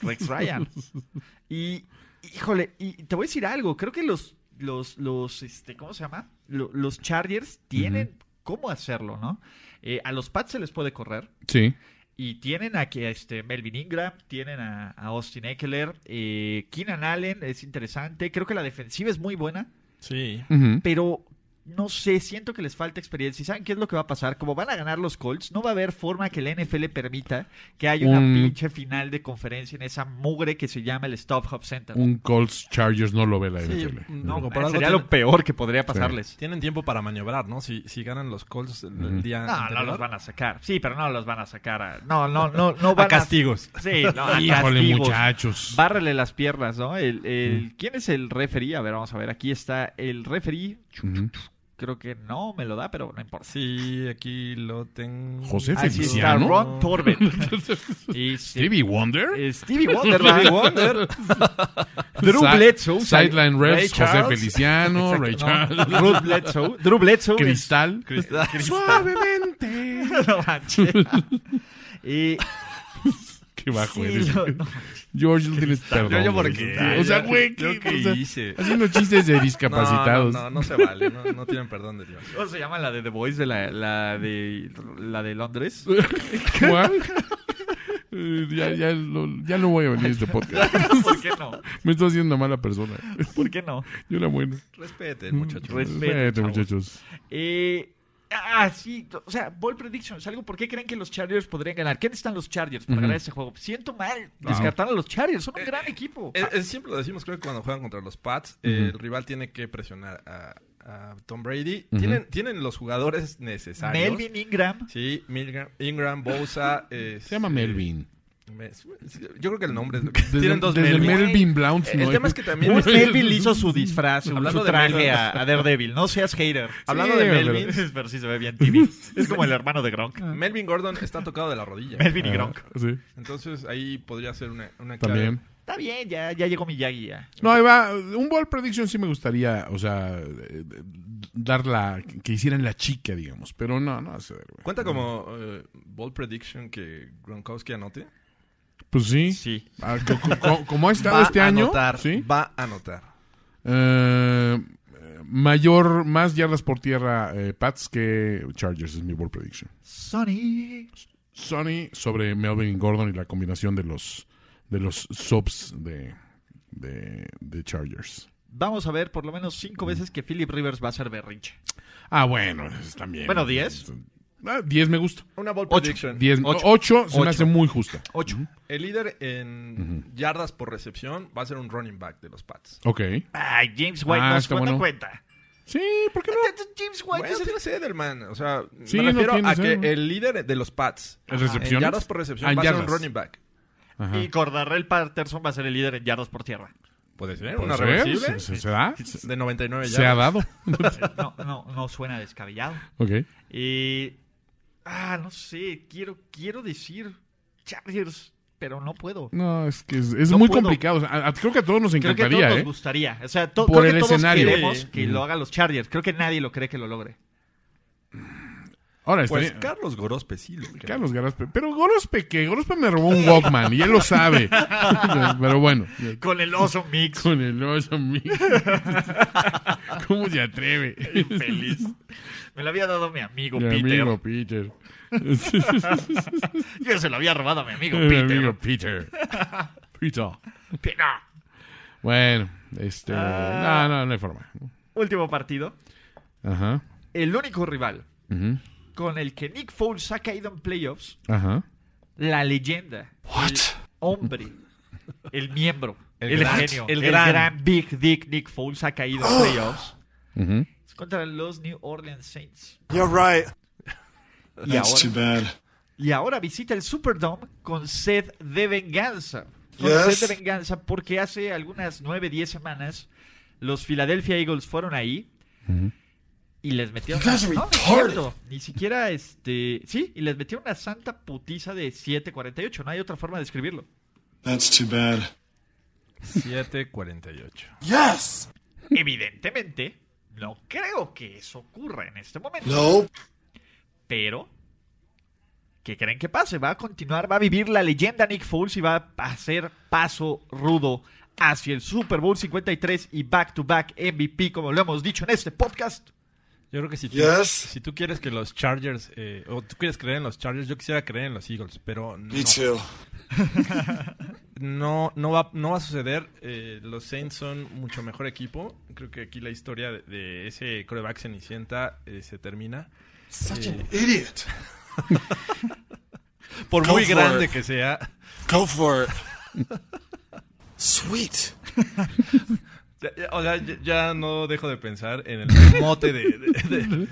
Speaker 1: Rex Ryan. Y, híjole, y te voy a decir algo. Creo que los, los, los, este, ¿cómo se llama? Lo- Los Chargers tienen cómo hacerlo, ¿no? Eh, a los Pats se les puede correr.
Speaker 2: Sí.
Speaker 1: Y tienen aquí a este Melvin Ingram, tienen a, a Austin Eckler, eh, Keenan Allen es interesante. Creo que la defensiva es muy buena,
Speaker 4: Sí.
Speaker 2: Ujú.
Speaker 1: pero no sé, siento que les falta experiencia. ¿Y saben qué es lo que va a pasar? Como van a ganar los Colts, no va a haber forma que la NFL permita que haya una
Speaker 2: Un-
Speaker 1: pinche final de conferencia en esa mugre que se llama el Stop Hop Center.
Speaker 2: Un Colts Chargers no lo ve la NFL.
Speaker 4: no,
Speaker 1: Ah,
Speaker 4: por algo
Speaker 1: sería
Speaker 4: tienen-
Speaker 1: lo peor que podría pasarles.
Speaker 4: Tienen tiempo para maniobrar, ¿no? Si, si ganan los Colts el, el día.
Speaker 1: No, no
Speaker 4: anterior.
Speaker 1: los van a sacar. Sí, pero no los van a sacar. a- No, no, no, no van a...
Speaker 4: castigos.
Speaker 1: Sí, no, a
Speaker 2: Híjole,
Speaker 1: castigos.
Speaker 2: muchachos.
Speaker 1: Bárrele las piernas, ¿no? El, el- ¿Quién es el referee? A ver, vamos a ver. Aquí está el referee.
Speaker 2: Ujú.
Speaker 1: Creo que no me lo da, pero no importa.
Speaker 4: Sí, aquí lo tengo.
Speaker 2: José
Speaker 1: Así está
Speaker 2: Feliciano.
Speaker 1: Ron Torben.
Speaker 2: [LAUGHS]
Speaker 1: y Stevie,
Speaker 2: Stevie Wonder.
Speaker 1: Stevie Wonder. ¿verdad?
Speaker 2: [LAUGHS]
Speaker 1: Drew
Speaker 2: Sa-
Speaker 1: Bledsoe.
Speaker 2: Sideline
Speaker 1: Ray
Speaker 2: Refs, José
Speaker 1: Charles.
Speaker 2: Feliciano, Ray
Speaker 1: Exacto,
Speaker 2: Charles.
Speaker 1: no, Drew Bledsoe. Drew Bledsoe.
Speaker 2: Cristal. Suavemente.
Speaker 1: [LAUGHS] No manches. y
Speaker 2: Qué bajo
Speaker 1: sí,
Speaker 2: eres.
Speaker 1: lo- no,
Speaker 2: George, no tienes perdón.
Speaker 4: Yo- yo por
Speaker 2: güey.
Speaker 4: qué.
Speaker 2: O sea,
Speaker 4: Yo-
Speaker 2: güey,
Speaker 4: yo
Speaker 2: ¿qué-
Speaker 4: qué
Speaker 2: o sea,
Speaker 4: hice?
Speaker 2: Haciendo chistes de
Speaker 4: No,
Speaker 2: discapacitados.
Speaker 4: No, no, no se vale. No, no tienen perdón de [LAUGHS] Dios.
Speaker 1: ¿Cómo se llama la de The Voice de la, la de la de
Speaker 2: [LAUGHS]
Speaker 1: Londres? [LAUGHS]
Speaker 2: ¿Cuál? Eh, [LAUGHS] Ya, ya, lo- ya no voy a venir a este podcast.
Speaker 1: ¿Por qué no?
Speaker 2: Me está haciendo mala persona.
Speaker 1: ¿Por qué no?
Speaker 2: Yo era bueno.
Speaker 4: Respeten, muchachos.
Speaker 1: Respeten,
Speaker 2: Vete,
Speaker 1: chavos.
Speaker 2: muchachos.
Speaker 1: Eh, ah, sí. O sea, Ball Predictions. Algo, ¿por qué creen que los Chargers podrían ganar? ¿Quién están los Chargers para
Speaker 2: Ujú.
Speaker 1: ganar ese juego? Siento mal descartar a los Chargers. Son un gran equipo.
Speaker 4: Es- es- Eh, siempre lo decimos, creo que cuando juegan contra los Pats, eh, el rival tiene que presionar a, a Tom Brady. tienen, tienen los jugadores necesarios.
Speaker 1: Melvin Ingram.
Speaker 4: Sí, Milgram- Ingram, [LAUGHS] Bosa. eh,
Speaker 2: Se llama
Speaker 4: eh,
Speaker 2: Melvin.
Speaker 4: me- yo creo que el nombre es lo que.
Speaker 2: Desde,
Speaker 4: tienen dos
Speaker 2: desde el
Speaker 4: Melvin.
Speaker 2: Melvin Blount.
Speaker 4: El tema es que también-
Speaker 1: Un Melvin le hizo su disfraz, su,
Speaker 4: Hablando
Speaker 1: su
Speaker 4: de
Speaker 1: traje
Speaker 4: Melvin.
Speaker 1: a, a Daredevil. No seas hater.
Speaker 4: Hablando de
Speaker 2: pero-
Speaker 4: Melvin,
Speaker 1: [LAUGHS] Pero sí se ve bien TV. Es como el hermano de Gronk.
Speaker 4: Melvin Gordon está tocado de la rodilla.
Speaker 1: Melvin y Gronk.
Speaker 2: Sí,
Speaker 4: Entonces ahí podría ser una, una clave.
Speaker 2: también.
Speaker 1: Está bien, ya, ya llegó Miyagi ya.
Speaker 2: No, ahí va. Un ball prediction sí me gustaría, o sea, eh, dar la, que hicieran la chica, digamos. Pero no, no. se-
Speaker 4: ¿Cuenta como eh, ball prediction que Gronkowski anote?
Speaker 2: Pues sí.
Speaker 1: Sí.
Speaker 2: Ah, co- co- co- como ha estado este
Speaker 4: a
Speaker 2: año,
Speaker 4: anotar,
Speaker 2: ¿sí?
Speaker 4: va a anotar.
Speaker 2: Eh, mayor, más yardas por tierra eh, Pats que Chargers es mi ball prediction.
Speaker 1: Sonny.
Speaker 2: Sonny sobre Melvin Gordon y la combinación de los de los subs de, de, de Chargers.
Speaker 1: Vamos a ver por lo menos cinco veces que Philip Rivers va a ser berrinche.
Speaker 2: Ah, bueno, es también.
Speaker 1: Bueno, ¿diez?
Speaker 2: Ah, 10 me gusta.
Speaker 4: Una ball prediction.
Speaker 2: 10,
Speaker 1: Ocho.
Speaker 2: 8 se
Speaker 1: Ocho.
Speaker 2: me hace muy justa.
Speaker 1: Ocho.
Speaker 4: El líder en yardas por recepción va a ser un running back de los Pats.
Speaker 2: Ok.
Speaker 1: Ay, James White
Speaker 2: Ah,
Speaker 1: no se
Speaker 2: está
Speaker 1: cuenta
Speaker 2: bueno.
Speaker 1: cuenta.
Speaker 2: Sí, ¿por qué no?
Speaker 1: Entonces, James White
Speaker 4: Bueno,
Speaker 1: es el-
Speaker 4: tiene Edelman. O sea,
Speaker 2: Sí,
Speaker 4: me
Speaker 2: no
Speaker 4: refiero
Speaker 2: tiene
Speaker 4: a que
Speaker 2: Edelman.
Speaker 4: el líder de los Pats
Speaker 2: ¿En
Speaker 4: en
Speaker 2: recepciones?
Speaker 4: yardas por recepción
Speaker 2: Ah, en
Speaker 4: va a ser un
Speaker 2: yardas.
Speaker 4: running back.
Speaker 2: Ajá.
Speaker 1: Y Cordarrell Patterson va a ser el líder en yardas por
Speaker 2: [LAUGHS]
Speaker 1: tierra.
Speaker 4: Puede ser,
Speaker 2: ¿Puede
Speaker 4: una
Speaker 2: ser?
Speaker 4: reversible
Speaker 2: ¿Se, se- se da? Se,
Speaker 4: de 99 yardas.
Speaker 2: se ha dado.
Speaker 1: No, no, no suena descabellado.
Speaker 2: ok.
Speaker 1: Eh, ah, no sé, quiero, quiero decir Chargers, pero no puedo.
Speaker 2: No, es que es, es
Speaker 1: No
Speaker 2: muy
Speaker 1: puedo.
Speaker 2: complicado. O sea, a- a- creo que a todos nos
Speaker 1: Creo que a todos
Speaker 2: encantaría,
Speaker 1: nos
Speaker 2: ¿eh?
Speaker 1: gustaría. O sea, to-
Speaker 2: Por
Speaker 1: creo que
Speaker 2: el
Speaker 1: todos
Speaker 2: escenario.
Speaker 1: queremos
Speaker 4: Sí.
Speaker 1: que lo hagan los Chargers. Creo que nadie lo cree que lo logre.
Speaker 2: Ahora,
Speaker 4: Pues
Speaker 2: estaría-
Speaker 4: Carlos Gorospe sí lo creo.
Speaker 2: Carlos Garaspe. Pero Gorospe, que Gorospe me robó un Walkman y él lo
Speaker 1: [LAUGHS]
Speaker 2: sabe. Pero bueno,
Speaker 1: Con el oso mix.
Speaker 2: con el oso mío. ¿Cómo se atreve?
Speaker 1: [LAUGHS] Feliz. Me lo había dado mi amigo
Speaker 2: Mi
Speaker 1: Peter.
Speaker 2: amigo Peter.
Speaker 1: Yo se lo había robado a mi amigo
Speaker 2: Mi
Speaker 1: Peter.
Speaker 2: amigo Peter. Peter.
Speaker 1: Pero-
Speaker 2: Bueno, este.
Speaker 1: Ah.
Speaker 2: No, no, no hay forma.
Speaker 1: Último partido.
Speaker 2: Ajá.
Speaker 1: El único rival
Speaker 2: ujú,
Speaker 1: con el que Nick Foles ha caído en playoffs.
Speaker 2: Ajá.
Speaker 1: La leyenda. El hombre. El miembro. El,
Speaker 4: gran-
Speaker 1: genio.
Speaker 4: el
Speaker 1: El,
Speaker 4: gran.
Speaker 1: gran. Big Dick Nick Foles ha caído en playoffs.
Speaker 2: Ujú.
Speaker 1: Es contra los New Orleans Saints.
Speaker 8: You're right.
Speaker 1: Y
Speaker 8: That's too
Speaker 1: ahora,
Speaker 8: bad.
Speaker 1: y ahora visita el Superdome con sed de venganza. Con
Speaker 8: Yes.
Speaker 1: sed de venganza porque hace algunas 9, 10 semanas los Philadelphia Eagles fueron ahí y les metieron
Speaker 8: You guys
Speaker 1: una-
Speaker 8: are
Speaker 1: no, no es
Speaker 8: retarded.
Speaker 1: cierto, ni siquiera este, sí, y les metieron una santa putiza de 7.48, no hay otra forma de escribirlo.
Speaker 8: That's too bad.
Speaker 4: 748.
Speaker 8: Yes.
Speaker 1: Evidentemente, no creo que eso ocurra en este momento.
Speaker 8: No.
Speaker 1: Pero, ¿qué creen que pase? Va a continuar, va a vivir la leyenda Nick Foles y va a hacer paso rudo hacia el Super Bowl 53 y back-to-back MVP, como lo hemos dicho en este podcast.
Speaker 4: Yo creo que si tú,
Speaker 8: Yes.
Speaker 4: si tú quieres que los Chargers, eh, o tú quieres creer en los Chargers, yo quisiera creer en los Eagles, pero no,
Speaker 8: Me too.
Speaker 4: no, no va, no va a suceder. Eh, los Saints son mucho mejor equipo. Creo que aquí la historia de, de ese coreback cenicienta eh, se termina.
Speaker 8: Such an idiot.
Speaker 4: Por
Speaker 8: Go
Speaker 4: muy
Speaker 8: for
Speaker 4: grande
Speaker 8: it.
Speaker 4: que sea.
Speaker 8: Go for it. [LAUGHS] Sweet.
Speaker 4: Ya- ya- O sea, ya, ya no dejo de pensar en el mote de, de- de-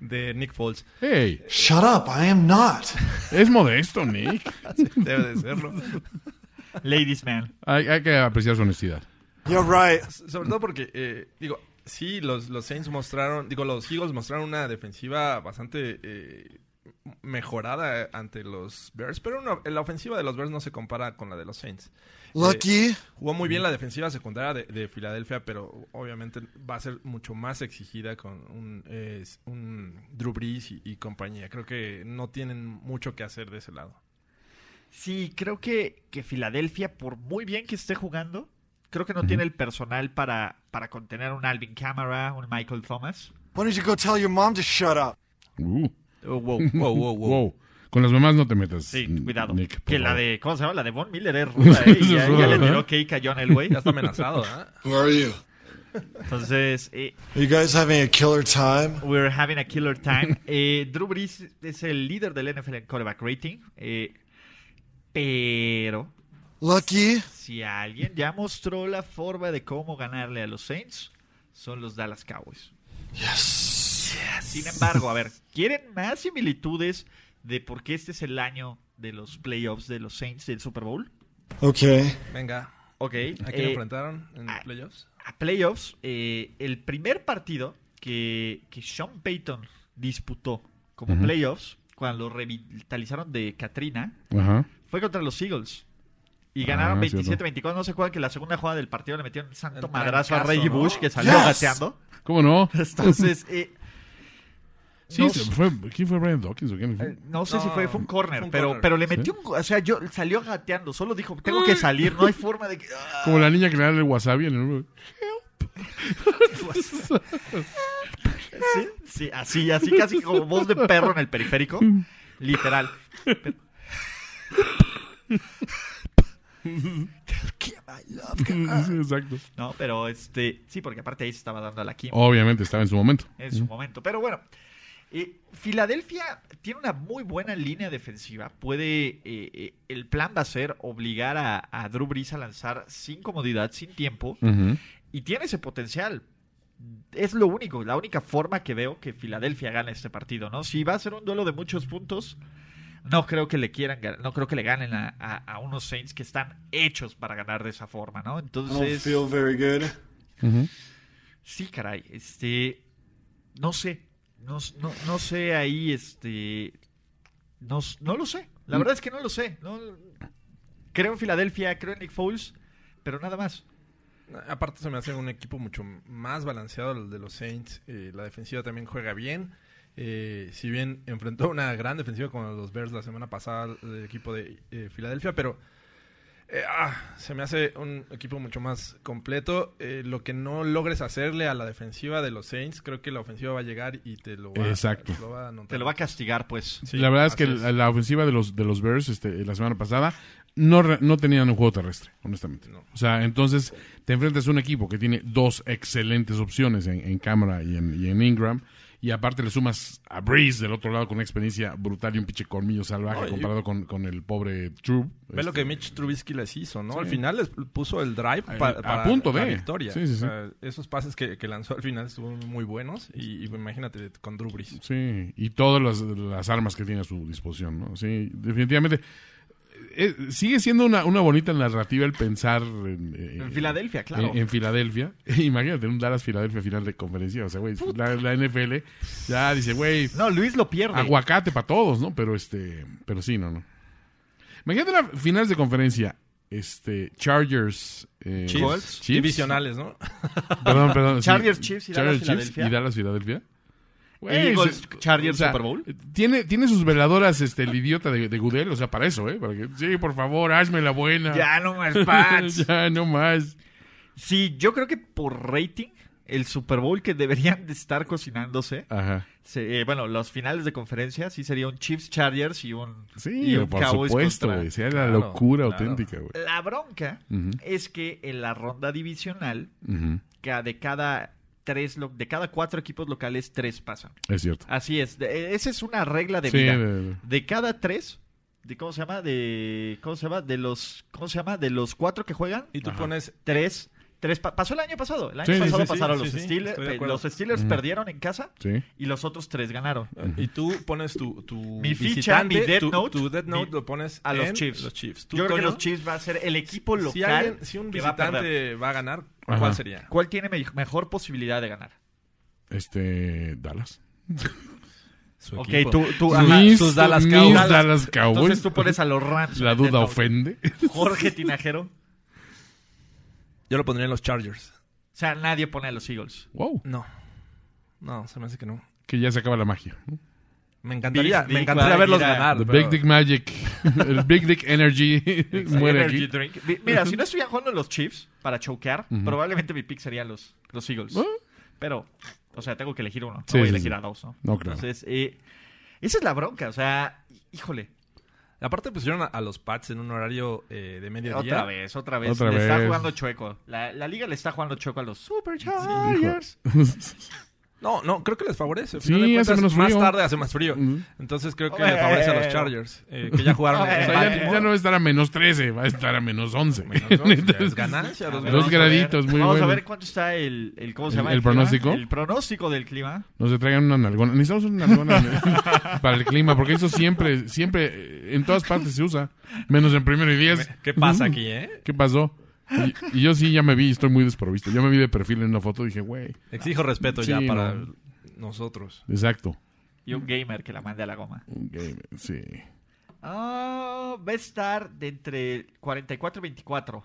Speaker 4: de Nick Foles.
Speaker 2: Hey,
Speaker 8: Shut up. I am not.
Speaker 2: es modesto, Nick.
Speaker 4: Debe de serlo.
Speaker 1: Ladies man.
Speaker 2: Hay, hay que apreciar su honestidad.
Speaker 8: You're right.
Speaker 4: Sobre todo porque, eh, digo, sí, los, los Saints mostraron, digo, los Eagles mostraron una defensiva bastante eh, mejorada ante los Bears, pero no, la ofensiva de los Bears no se compara con la de los Saints.
Speaker 8: Lucky.
Speaker 4: Jugó muy bien la defensiva secundaria de, de Filadelfia, pero obviamente va a ser mucho más exigida con un, eh, un Drew Brees y, y compañía. Creo que no tienen mucho que hacer de ese lado.
Speaker 1: Sí, creo que, que Filadelfia, por muy bien que esté jugando, creo que no tiene el personal para, para contener un Alvin Kamara, un Michael Thomas.
Speaker 8: Why don't you go tell your mom to shut up?
Speaker 2: Uh,
Speaker 1: Oh, wow.
Speaker 4: Wow, wow, wow.
Speaker 2: wow. Con las mamás no te metas.
Speaker 1: Sí, cuidado.
Speaker 2: Mm, Nick, por
Speaker 1: que la
Speaker 2: favor.
Speaker 1: de, ¿cómo se llama? La de Von Miller
Speaker 2: [LAUGHS]
Speaker 1: es ruda, ¿eh? Y ya,
Speaker 2: Es ruda,
Speaker 1: ya le
Speaker 2: ¿verdad?
Speaker 1: tiró cake a John Elway.
Speaker 4: [LAUGHS] Ya está amenazado, ¿ah?
Speaker 8: Who are you?
Speaker 1: Entonces, eh,
Speaker 8: Are you guys having a killer time?
Speaker 1: We're having a killer time. [LAUGHS] Eh, Drew Brees es el líder del NFL en quarterback rating. eh, pero
Speaker 8: Lucky.
Speaker 1: si alguien ya mostró la forma de cómo ganarle a los Saints, son los Dallas Cowboys.
Speaker 8: Yes.
Speaker 1: Sin embargo, a ver, ¿quieren más similitudes de por qué este es el año de los playoffs de los Saints del Super Bowl?
Speaker 8: Okay.
Speaker 4: Venga.
Speaker 1: Ok.
Speaker 4: ¿A quién
Speaker 1: eh,
Speaker 4: enfrentaron en
Speaker 1: ah.
Speaker 4: playoffs?
Speaker 1: a playoffs, eh, el primer partido que, que Sean Payton disputó como playoffs, cuando lo revitalizaron de Katrina,
Speaker 2: Ajá.
Speaker 1: fue contra los Eagles. Y ganaron
Speaker 2: Ah, cierto.
Speaker 1: 27-24. No se acuerdan que la segunda jugada del partido le metieron santo
Speaker 4: El
Speaker 1: madrazo a
Speaker 4: trancazo,
Speaker 1: Reggie
Speaker 4: ¿no?
Speaker 1: Bush, que salió
Speaker 8: Yes.
Speaker 2: [LAUGHS]
Speaker 1: gateando.
Speaker 2: ¿Cómo no?
Speaker 1: [LAUGHS] Entonces, eh,
Speaker 2: Sí,
Speaker 1: no
Speaker 2: se
Speaker 1: sé.
Speaker 2: fue, ¿Quién fue Brian Dawkins o quién fue?
Speaker 1: eh, no sé si
Speaker 4: No,
Speaker 1: fue, fue un corner,
Speaker 4: fue un
Speaker 1: pero,
Speaker 4: corner.
Speaker 1: pero le metió un. O sea, yo salió gateando. Solo dijo, tengo que salir, no hay forma
Speaker 4: [LAUGHS]
Speaker 1: de que.
Speaker 2: Como
Speaker 4: ah.
Speaker 2: la niña que le da el wasabi en el...
Speaker 1: Sí, sí, así, así casi como voz de perro en el periférico. Literal.
Speaker 2: [LAUGHS] Sí, exacto.
Speaker 1: No, pero este. Sí, porque aparte ahí se estaba dando a la quimio
Speaker 2: Obviamente estaba en su momento.
Speaker 1: en su momento. Pero bueno. eh, Filadelfia tiene una muy buena línea defensiva. Puede. eh, eh, el plan va a ser obligar a, a Drew Brees a lanzar sin comodidad, sin tiempo.
Speaker 2: Ujú.
Speaker 1: Y tiene ese potencial. Es lo único, la única forma que veo que Filadelfia gane este partido, ¿no? Si va a ser un duelo de muchos puntos, no creo que le quieran gan- no creo que le ganen a, a- a unos Saints que están hechos para ganar de esa forma, ¿no?
Speaker 8: I don't
Speaker 1: Entonces,
Speaker 8: feel very good.
Speaker 1: sí, caray, este, no sé, no, s- no- no sé ahí, este, no, s- no lo sé, la verdad es que no lo sé, no, creo en Filadelfia, creo en Nick Foles, pero nada más.
Speaker 4: Aparte se me hace un equipo mucho más balanceado el de los Saints. Eh, la defensiva también juega bien. Eh, si bien enfrentó una gran defensiva con los Bears la semana pasada del equipo de eh, Filadelfia, pero eh, ah, se me hace un equipo mucho más completo. Eh, lo que no logres hacerle a la defensiva de los Saints, creo que la ofensiva va a llegar y te lo va,
Speaker 2: Exacto.
Speaker 4: lo va a anotar.
Speaker 1: Te lo va a castigar, pues.
Speaker 4: Sí,
Speaker 2: la verdad es
Speaker 4: así
Speaker 2: que La, la ofensiva de los, de los Bears este, la semana pasada no, re- no tenían un juego terrestre, honestamente.
Speaker 4: No.
Speaker 2: O sea, entonces te enfrentas a un equipo que tiene dos excelentes opciones en, en cámara y en, y en Ingram Y aparte le sumas a Breeze del otro lado con una experiencia brutal y un pinche colmillo salvaje
Speaker 4: Ay,
Speaker 2: comparado con, con el pobre True.
Speaker 4: Ve lo que
Speaker 2: Este,
Speaker 4: Mitch Trubisky les hizo, ¿no? Al final les puso el drive
Speaker 2: A-
Speaker 4: pa-
Speaker 2: a
Speaker 4: para
Speaker 2: punto
Speaker 4: la
Speaker 2: de.
Speaker 4: victoria.
Speaker 2: Sí, sí, sí.
Speaker 4: O sea, esos pases que, que lanzó al final estuvieron muy buenos. Y, y imagínate con Drew Brees.
Speaker 2: Sí, y todas las, las armas que tiene a su disposición, ¿no? Sí, definitivamente. Eh, sigue siendo una, una bonita narrativa el pensar en, eh,
Speaker 1: En Filadelfia, claro.
Speaker 2: En, en Filadelfia. [LAUGHS] Imagínate un Dallas-Filadelfia final de conferencia. O sea, güey, la, la NFL ya dice, güey,
Speaker 1: No, Luis lo pierde.
Speaker 2: aguacate para todos, ¿no? Pero este, pero sí, no, no. Imagínate las finales de conferencia. Este, Chargers. eh,
Speaker 4: Chiefs,
Speaker 1: Colts,
Speaker 2: Chiefs.
Speaker 4: Divisionales, ¿no?
Speaker 2: Perdón, perdón. sí.
Speaker 1: Chargers, Chiefs y Dallas, Filadelfia.
Speaker 2: y Dallas, Filadelfia. Güey,
Speaker 1: Eagles,
Speaker 2: se-
Speaker 1: Chargers,
Speaker 2: o sea,
Speaker 1: Super Bowl.
Speaker 2: Tiene, tiene sus veladoras este, el idiota de, de Goodell, o sea, para eso, ¿eh? Para que, sí, por favor, hazme la buena.
Speaker 1: Ya
Speaker 2: [LAUGHS]
Speaker 1: no más Pats.
Speaker 2: ya, no más.
Speaker 1: sí, yo creo que por rating, el Super Bowl que deberían de estar cocinándose,
Speaker 2: Ajá.
Speaker 1: se- eh, bueno, los finales de conferencia sí sería un Chiefs Chargers y un,
Speaker 2: Sí,
Speaker 1: y un
Speaker 2: por
Speaker 1: Cowboys
Speaker 2: supuesto,
Speaker 1: contra-
Speaker 2: güey. Sería la
Speaker 4: Claro,
Speaker 2: locura
Speaker 4: claro.
Speaker 2: auténtica, güey.
Speaker 1: La bronca
Speaker 2: Ujú.
Speaker 1: es que en la ronda divisional,
Speaker 2: Ujú.
Speaker 1: ca- de cada tres lo- de cada cuatro equipos locales, tres pasan.
Speaker 2: Es cierto.
Speaker 1: Así es, de- eh, esa es una regla de
Speaker 2: Sí,
Speaker 1: vida.
Speaker 2: de- de-
Speaker 1: De cada tres, de cómo se llama, de cómo se llama, de los, cómo se llama, de los cuatro que juegan,
Speaker 4: Y tú pones
Speaker 1: tres, tres pa- pasó el año pasado. El año
Speaker 2: Sí, sí,
Speaker 1: pasado
Speaker 4: sí,
Speaker 1: pasaron
Speaker 4: sí,
Speaker 1: los
Speaker 4: sí, sí,
Speaker 1: Steelers,
Speaker 4: estoy de
Speaker 1: eh,
Speaker 4: acuerdo.
Speaker 1: los Steelers perdieron en casa
Speaker 2: Sí.
Speaker 1: y los otros tres ganaron.
Speaker 4: Y tú pones tu, tu
Speaker 1: Mi ficha,
Speaker 4: visitante,
Speaker 1: mi Death
Speaker 4: tu,
Speaker 1: Note,
Speaker 4: tu Death Note
Speaker 1: mi-
Speaker 4: lo pones
Speaker 1: a los
Speaker 4: en
Speaker 1: Chiefs.
Speaker 4: los Chiefs. Tú,
Speaker 1: Yo creo que
Speaker 4: Toño,
Speaker 1: los Chiefs va a ser el equipo local.
Speaker 4: si, alguien, si un
Speaker 1: que va a perder.
Speaker 4: visitante va a ganar, ¿cuál
Speaker 2: Ajá.
Speaker 4: sería?
Speaker 1: ¿Cuál tiene me- mejor posibilidad de ganar?
Speaker 2: Este, Dallas.
Speaker 4: Su
Speaker 1: Ok,
Speaker 4: equipo.
Speaker 1: tú, tú
Speaker 2: Mis-
Speaker 1: ajá, tus Dallas
Speaker 2: mis
Speaker 1: Cowboys.
Speaker 2: Dallas Cowboys.
Speaker 1: Entonces tú pones a los Rams. en
Speaker 2: La
Speaker 1: el Death
Speaker 2: duda
Speaker 1: Note.
Speaker 2: ofende.
Speaker 1: Jorge Tinajero. O
Speaker 4: Yo lo pondría en los Chargers.
Speaker 1: sea, nadie pone a los Eagles.
Speaker 2: wow.
Speaker 4: No. No, se me hace que no.
Speaker 2: Que ya se acaba la magia.
Speaker 4: Me encantaría,
Speaker 1: Big
Speaker 4: me
Speaker 1: Dick
Speaker 4: encantaría
Speaker 1: Valley,
Speaker 4: verlos
Speaker 1: mira.
Speaker 4: ganar.
Speaker 2: The
Speaker 4: pero-
Speaker 2: Big Dick Magic. [LAUGHS] el Big Dick Energy [LAUGHS] muere
Speaker 1: Energy
Speaker 2: aquí.
Speaker 1: drink. Mi- Mira, si no estuvieran jugando los Chiefs para choquear, probablemente mi pick serían los, los Eagles.
Speaker 2: Ah.
Speaker 1: Pero, o sea, tengo que elegir uno. No
Speaker 2: Sí,
Speaker 1: voy a
Speaker 2: sí,
Speaker 1: elegir
Speaker 2: sí.
Speaker 1: a dos, ¿no?
Speaker 2: No, claro.
Speaker 1: Entonces, eh, esa es la bronca. O sea, hí- híjole.
Speaker 4: Aparte pues, pusieron a, a los Pats en un horario eh, de mediodía.
Speaker 1: Otra vez, otra vez.
Speaker 2: Otra
Speaker 1: le está
Speaker 2: vez.
Speaker 1: jugando chueco. La, la liga le está jugando chueco a los Super Chargers.
Speaker 4: No, no, creo que les favorece. Al
Speaker 2: Sí,
Speaker 4: final de
Speaker 2: hace menos
Speaker 4: más
Speaker 2: frío.
Speaker 4: tarde hace más frío.
Speaker 2: Ujú.
Speaker 4: Entonces creo que
Speaker 1: Bueno.
Speaker 4: le favorece a los Chargers, eh, que ya jugaron.
Speaker 1: O
Speaker 4: en
Speaker 2: O sea, ya,
Speaker 4: Baltimore.
Speaker 2: ya no va a estar a menos 13, va a estar a menos 11. [LAUGHS]
Speaker 4: Entonces, ya es ganancia, los
Speaker 2: ah, Dos
Speaker 4: ganancias.
Speaker 2: graditos, muy
Speaker 1: Vamos
Speaker 2: bueno.
Speaker 1: a ver cuánto está el, el ¿cómo se
Speaker 2: ¿El-
Speaker 1: llama?
Speaker 2: el
Speaker 1: clima?
Speaker 2: pronóstico?
Speaker 1: El pronóstico del clima.
Speaker 2: Nos se traigan una nalgona. Necesitamos una
Speaker 1: [LAUGHS]
Speaker 2: nalgona para el clima, porque eso siempre, siempre, eh, en todas partes se usa. Menos en primero y diez.
Speaker 4: ¿Qué pasa aquí, eh?
Speaker 2: ¿Qué pasó? Y, y yo sí ya me vi, estoy muy desprovisto. Yo me vi de perfil en una foto y dije, güey,
Speaker 4: Exijo respeto
Speaker 2: Sí,
Speaker 4: ya para
Speaker 2: no.
Speaker 4: nosotros.
Speaker 2: exacto.
Speaker 1: Y
Speaker 2: Mm.
Speaker 1: un gamer que la mande a la goma.
Speaker 2: Un game, sí.
Speaker 1: Ah, va a estar de entre 44 y 24.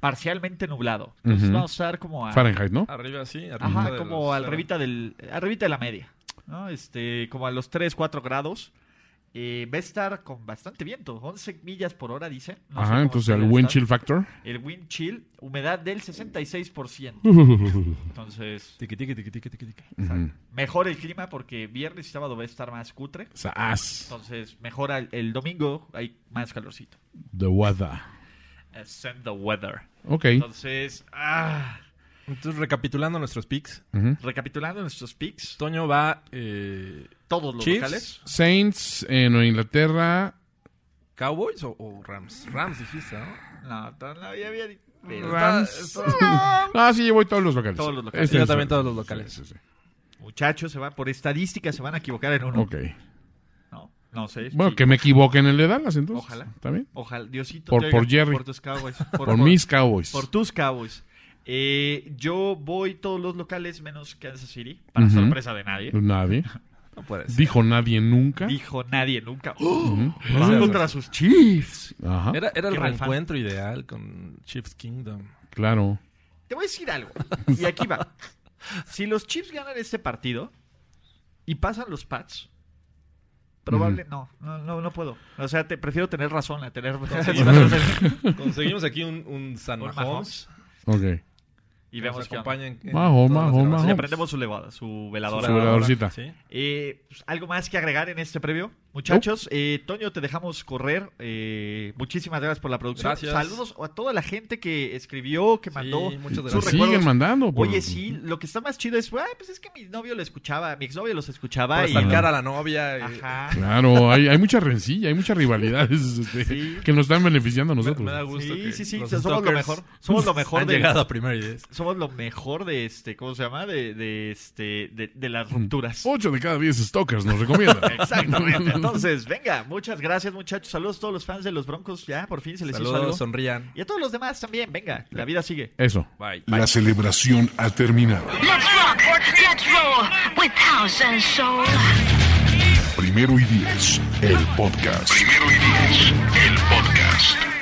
Speaker 1: Parcialmente nublado. Entonces
Speaker 2: Ujú.
Speaker 1: vamos a estar como a,
Speaker 2: Fahrenheit, ¿no?
Speaker 4: Arriba sí, arriba
Speaker 1: ajá,
Speaker 4: de
Speaker 1: como
Speaker 4: los- eh,
Speaker 1: al revita del, arribita de la media. ¿no? Este, como a los 3, 4 grados. Eh, va a estar con bastante viento, 11 millas por hora, dice. No sé
Speaker 2: Ajá,
Speaker 1: cómo
Speaker 2: entonces el
Speaker 1: vaya a
Speaker 2: wind
Speaker 1: estar.
Speaker 2: chill factor.
Speaker 1: El wind chill, humedad del
Speaker 2: [LAUGHS]
Speaker 1: 66%. Entonces,
Speaker 4: Tiqui, tiqui, tiqui, tiqui, tiqui, tiqui.
Speaker 2: Ujú.
Speaker 1: mejor el clima porque viernes y sábado va a estar más cutre.
Speaker 2: Saas,
Speaker 1: Entonces, mejor al- el domingo hay más calorcito.
Speaker 2: the weather.
Speaker 1: Send the weather.
Speaker 2: Ok.
Speaker 1: Entonces, ah,
Speaker 4: Entonces, recapitulando nuestros picks.
Speaker 2: Ujú.
Speaker 1: recapitulando nuestros picks,
Speaker 4: Toño va eh,
Speaker 1: todos los
Speaker 4: Chiefs,
Speaker 1: locales.
Speaker 2: Saints en Inglaterra.
Speaker 4: Cowboys o, o Rams. Rams dijiste, ¿no?
Speaker 1: No, to- no, ya había di- pero
Speaker 2: Rams.
Speaker 1: está- está-
Speaker 2: Ah, sí, yo voy todos los locales. Este
Speaker 1: Todos los locales.
Speaker 4: Yo
Speaker 2: es-
Speaker 4: también todos los locales.
Speaker 2: Sí, sí, sí.
Speaker 1: Muchachos, se van por estadística, se van a equivocar en uno.
Speaker 2: Ok.
Speaker 1: No, no sé.
Speaker 2: Bueno,
Speaker 1: sí.
Speaker 2: que me equivoque en el de Dallas, entonces.
Speaker 1: Ojalá.
Speaker 2: ¿Está bien?
Speaker 1: Ojalá, Diosito.
Speaker 2: Por-
Speaker 1: te
Speaker 2: por
Speaker 1: oiga,
Speaker 2: Jerry.
Speaker 1: Por tus
Speaker 2: [LAUGHS]
Speaker 1: Cowboys.
Speaker 2: Por, mis Cowboys.
Speaker 1: Por tus Cowboys. Eh, yo voy todos los locales menos Kansas City, para
Speaker 2: Ujú.
Speaker 1: sorpresa de nadie.
Speaker 2: Pues Nadie.
Speaker 4: No puede ser.
Speaker 2: Dijo nadie nunca.
Speaker 1: Dijo nadie nunca. ¡Oh!
Speaker 2: Ujú.
Speaker 1: Van contra sus Chiefs.
Speaker 2: Ajá.
Speaker 4: Era, era el
Speaker 1: Qué mal fan.
Speaker 4: reencuentro ideal con Chiefs Kingdom.
Speaker 2: Claro.
Speaker 1: Te voy a decir algo. Y aquí
Speaker 2: [LAUGHS]
Speaker 1: va. Si los Chiefs ganan este partido y pasan los Pats, probable. no, no, no, no puedo. O sea, te prefiero tener [LAUGHS] razón a
Speaker 2: [LAUGHS]
Speaker 1: tener.
Speaker 4: Conseguimos aquí un, un San
Speaker 1: Un
Speaker 4: Mahomes.
Speaker 2: Ok.
Speaker 1: y vemos que
Speaker 4: acompañan.
Speaker 2: Mahomes, Mahomes,
Speaker 1: Le
Speaker 2: Mahomes.
Speaker 1: prendemos su, levada, su veladora.
Speaker 2: Su veladora. veladorcita.
Speaker 4: Sí.
Speaker 1: Eh, pues, ¿Algo más que agregar en este previo? Muchachos, eh, Toño, te dejamos correr. Eh, muchísimas gracias por la producción.
Speaker 4: Gracias.
Speaker 1: Saludos a toda la gente que escribió, que mandó.
Speaker 4: muchas
Speaker 1: sus
Speaker 2: Se
Speaker 1: recuerdos.
Speaker 4: gracias.
Speaker 2: Pues siguen mandando. por-
Speaker 1: Oye, sí, lo que está más chido es, "Ah, pues es que mi novio lo escuchaba, mi exnovio los escuchaba
Speaker 4: Para
Speaker 1: y...
Speaker 4: stalkear a la novia. y-
Speaker 1: Ajá.
Speaker 2: Claro, hay, hay mucha rencilla, hay muchas rivalidades este,
Speaker 1: Sí.
Speaker 2: que nos están beneficiando a
Speaker 4: Me,
Speaker 2: nosotros.
Speaker 4: me da gusto.
Speaker 1: Sí,
Speaker 4: que
Speaker 1: sí, sí,
Speaker 4: los
Speaker 1: somos lo
Speaker 4: stalkers
Speaker 1: mejor. Somos lo mejor
Speaker 4: Han
Speaker 1: de...
Speaker 4: llegado a primera idea.
Speaker 1: Somos lo mejor de este, ¿cómo se llama? De, de este, de, de las rupturas.
Speaker 2: Ocho de cada diez stalkers nos recomienda.
Speaker 1: [LAUGHS] Exactamente. Entonces, venga, muchas gracias, muchachos. Saludos a todos los fans de los Broncos. Ya, por fin se les hizo algo.
Speaker 4: Saludos, sonrían.
Speaker 1: Y a todos los demás también, venga, la vida sigue.
Speaker 2: Eso.
Speaker 4: Bye.
Speaker 7: La celebración ha terminado.
Speaker 9: Let's rock, let's roll with house and soul.
Speaker 7: Primero y diez, el podcast. Primero y diez, el podcast.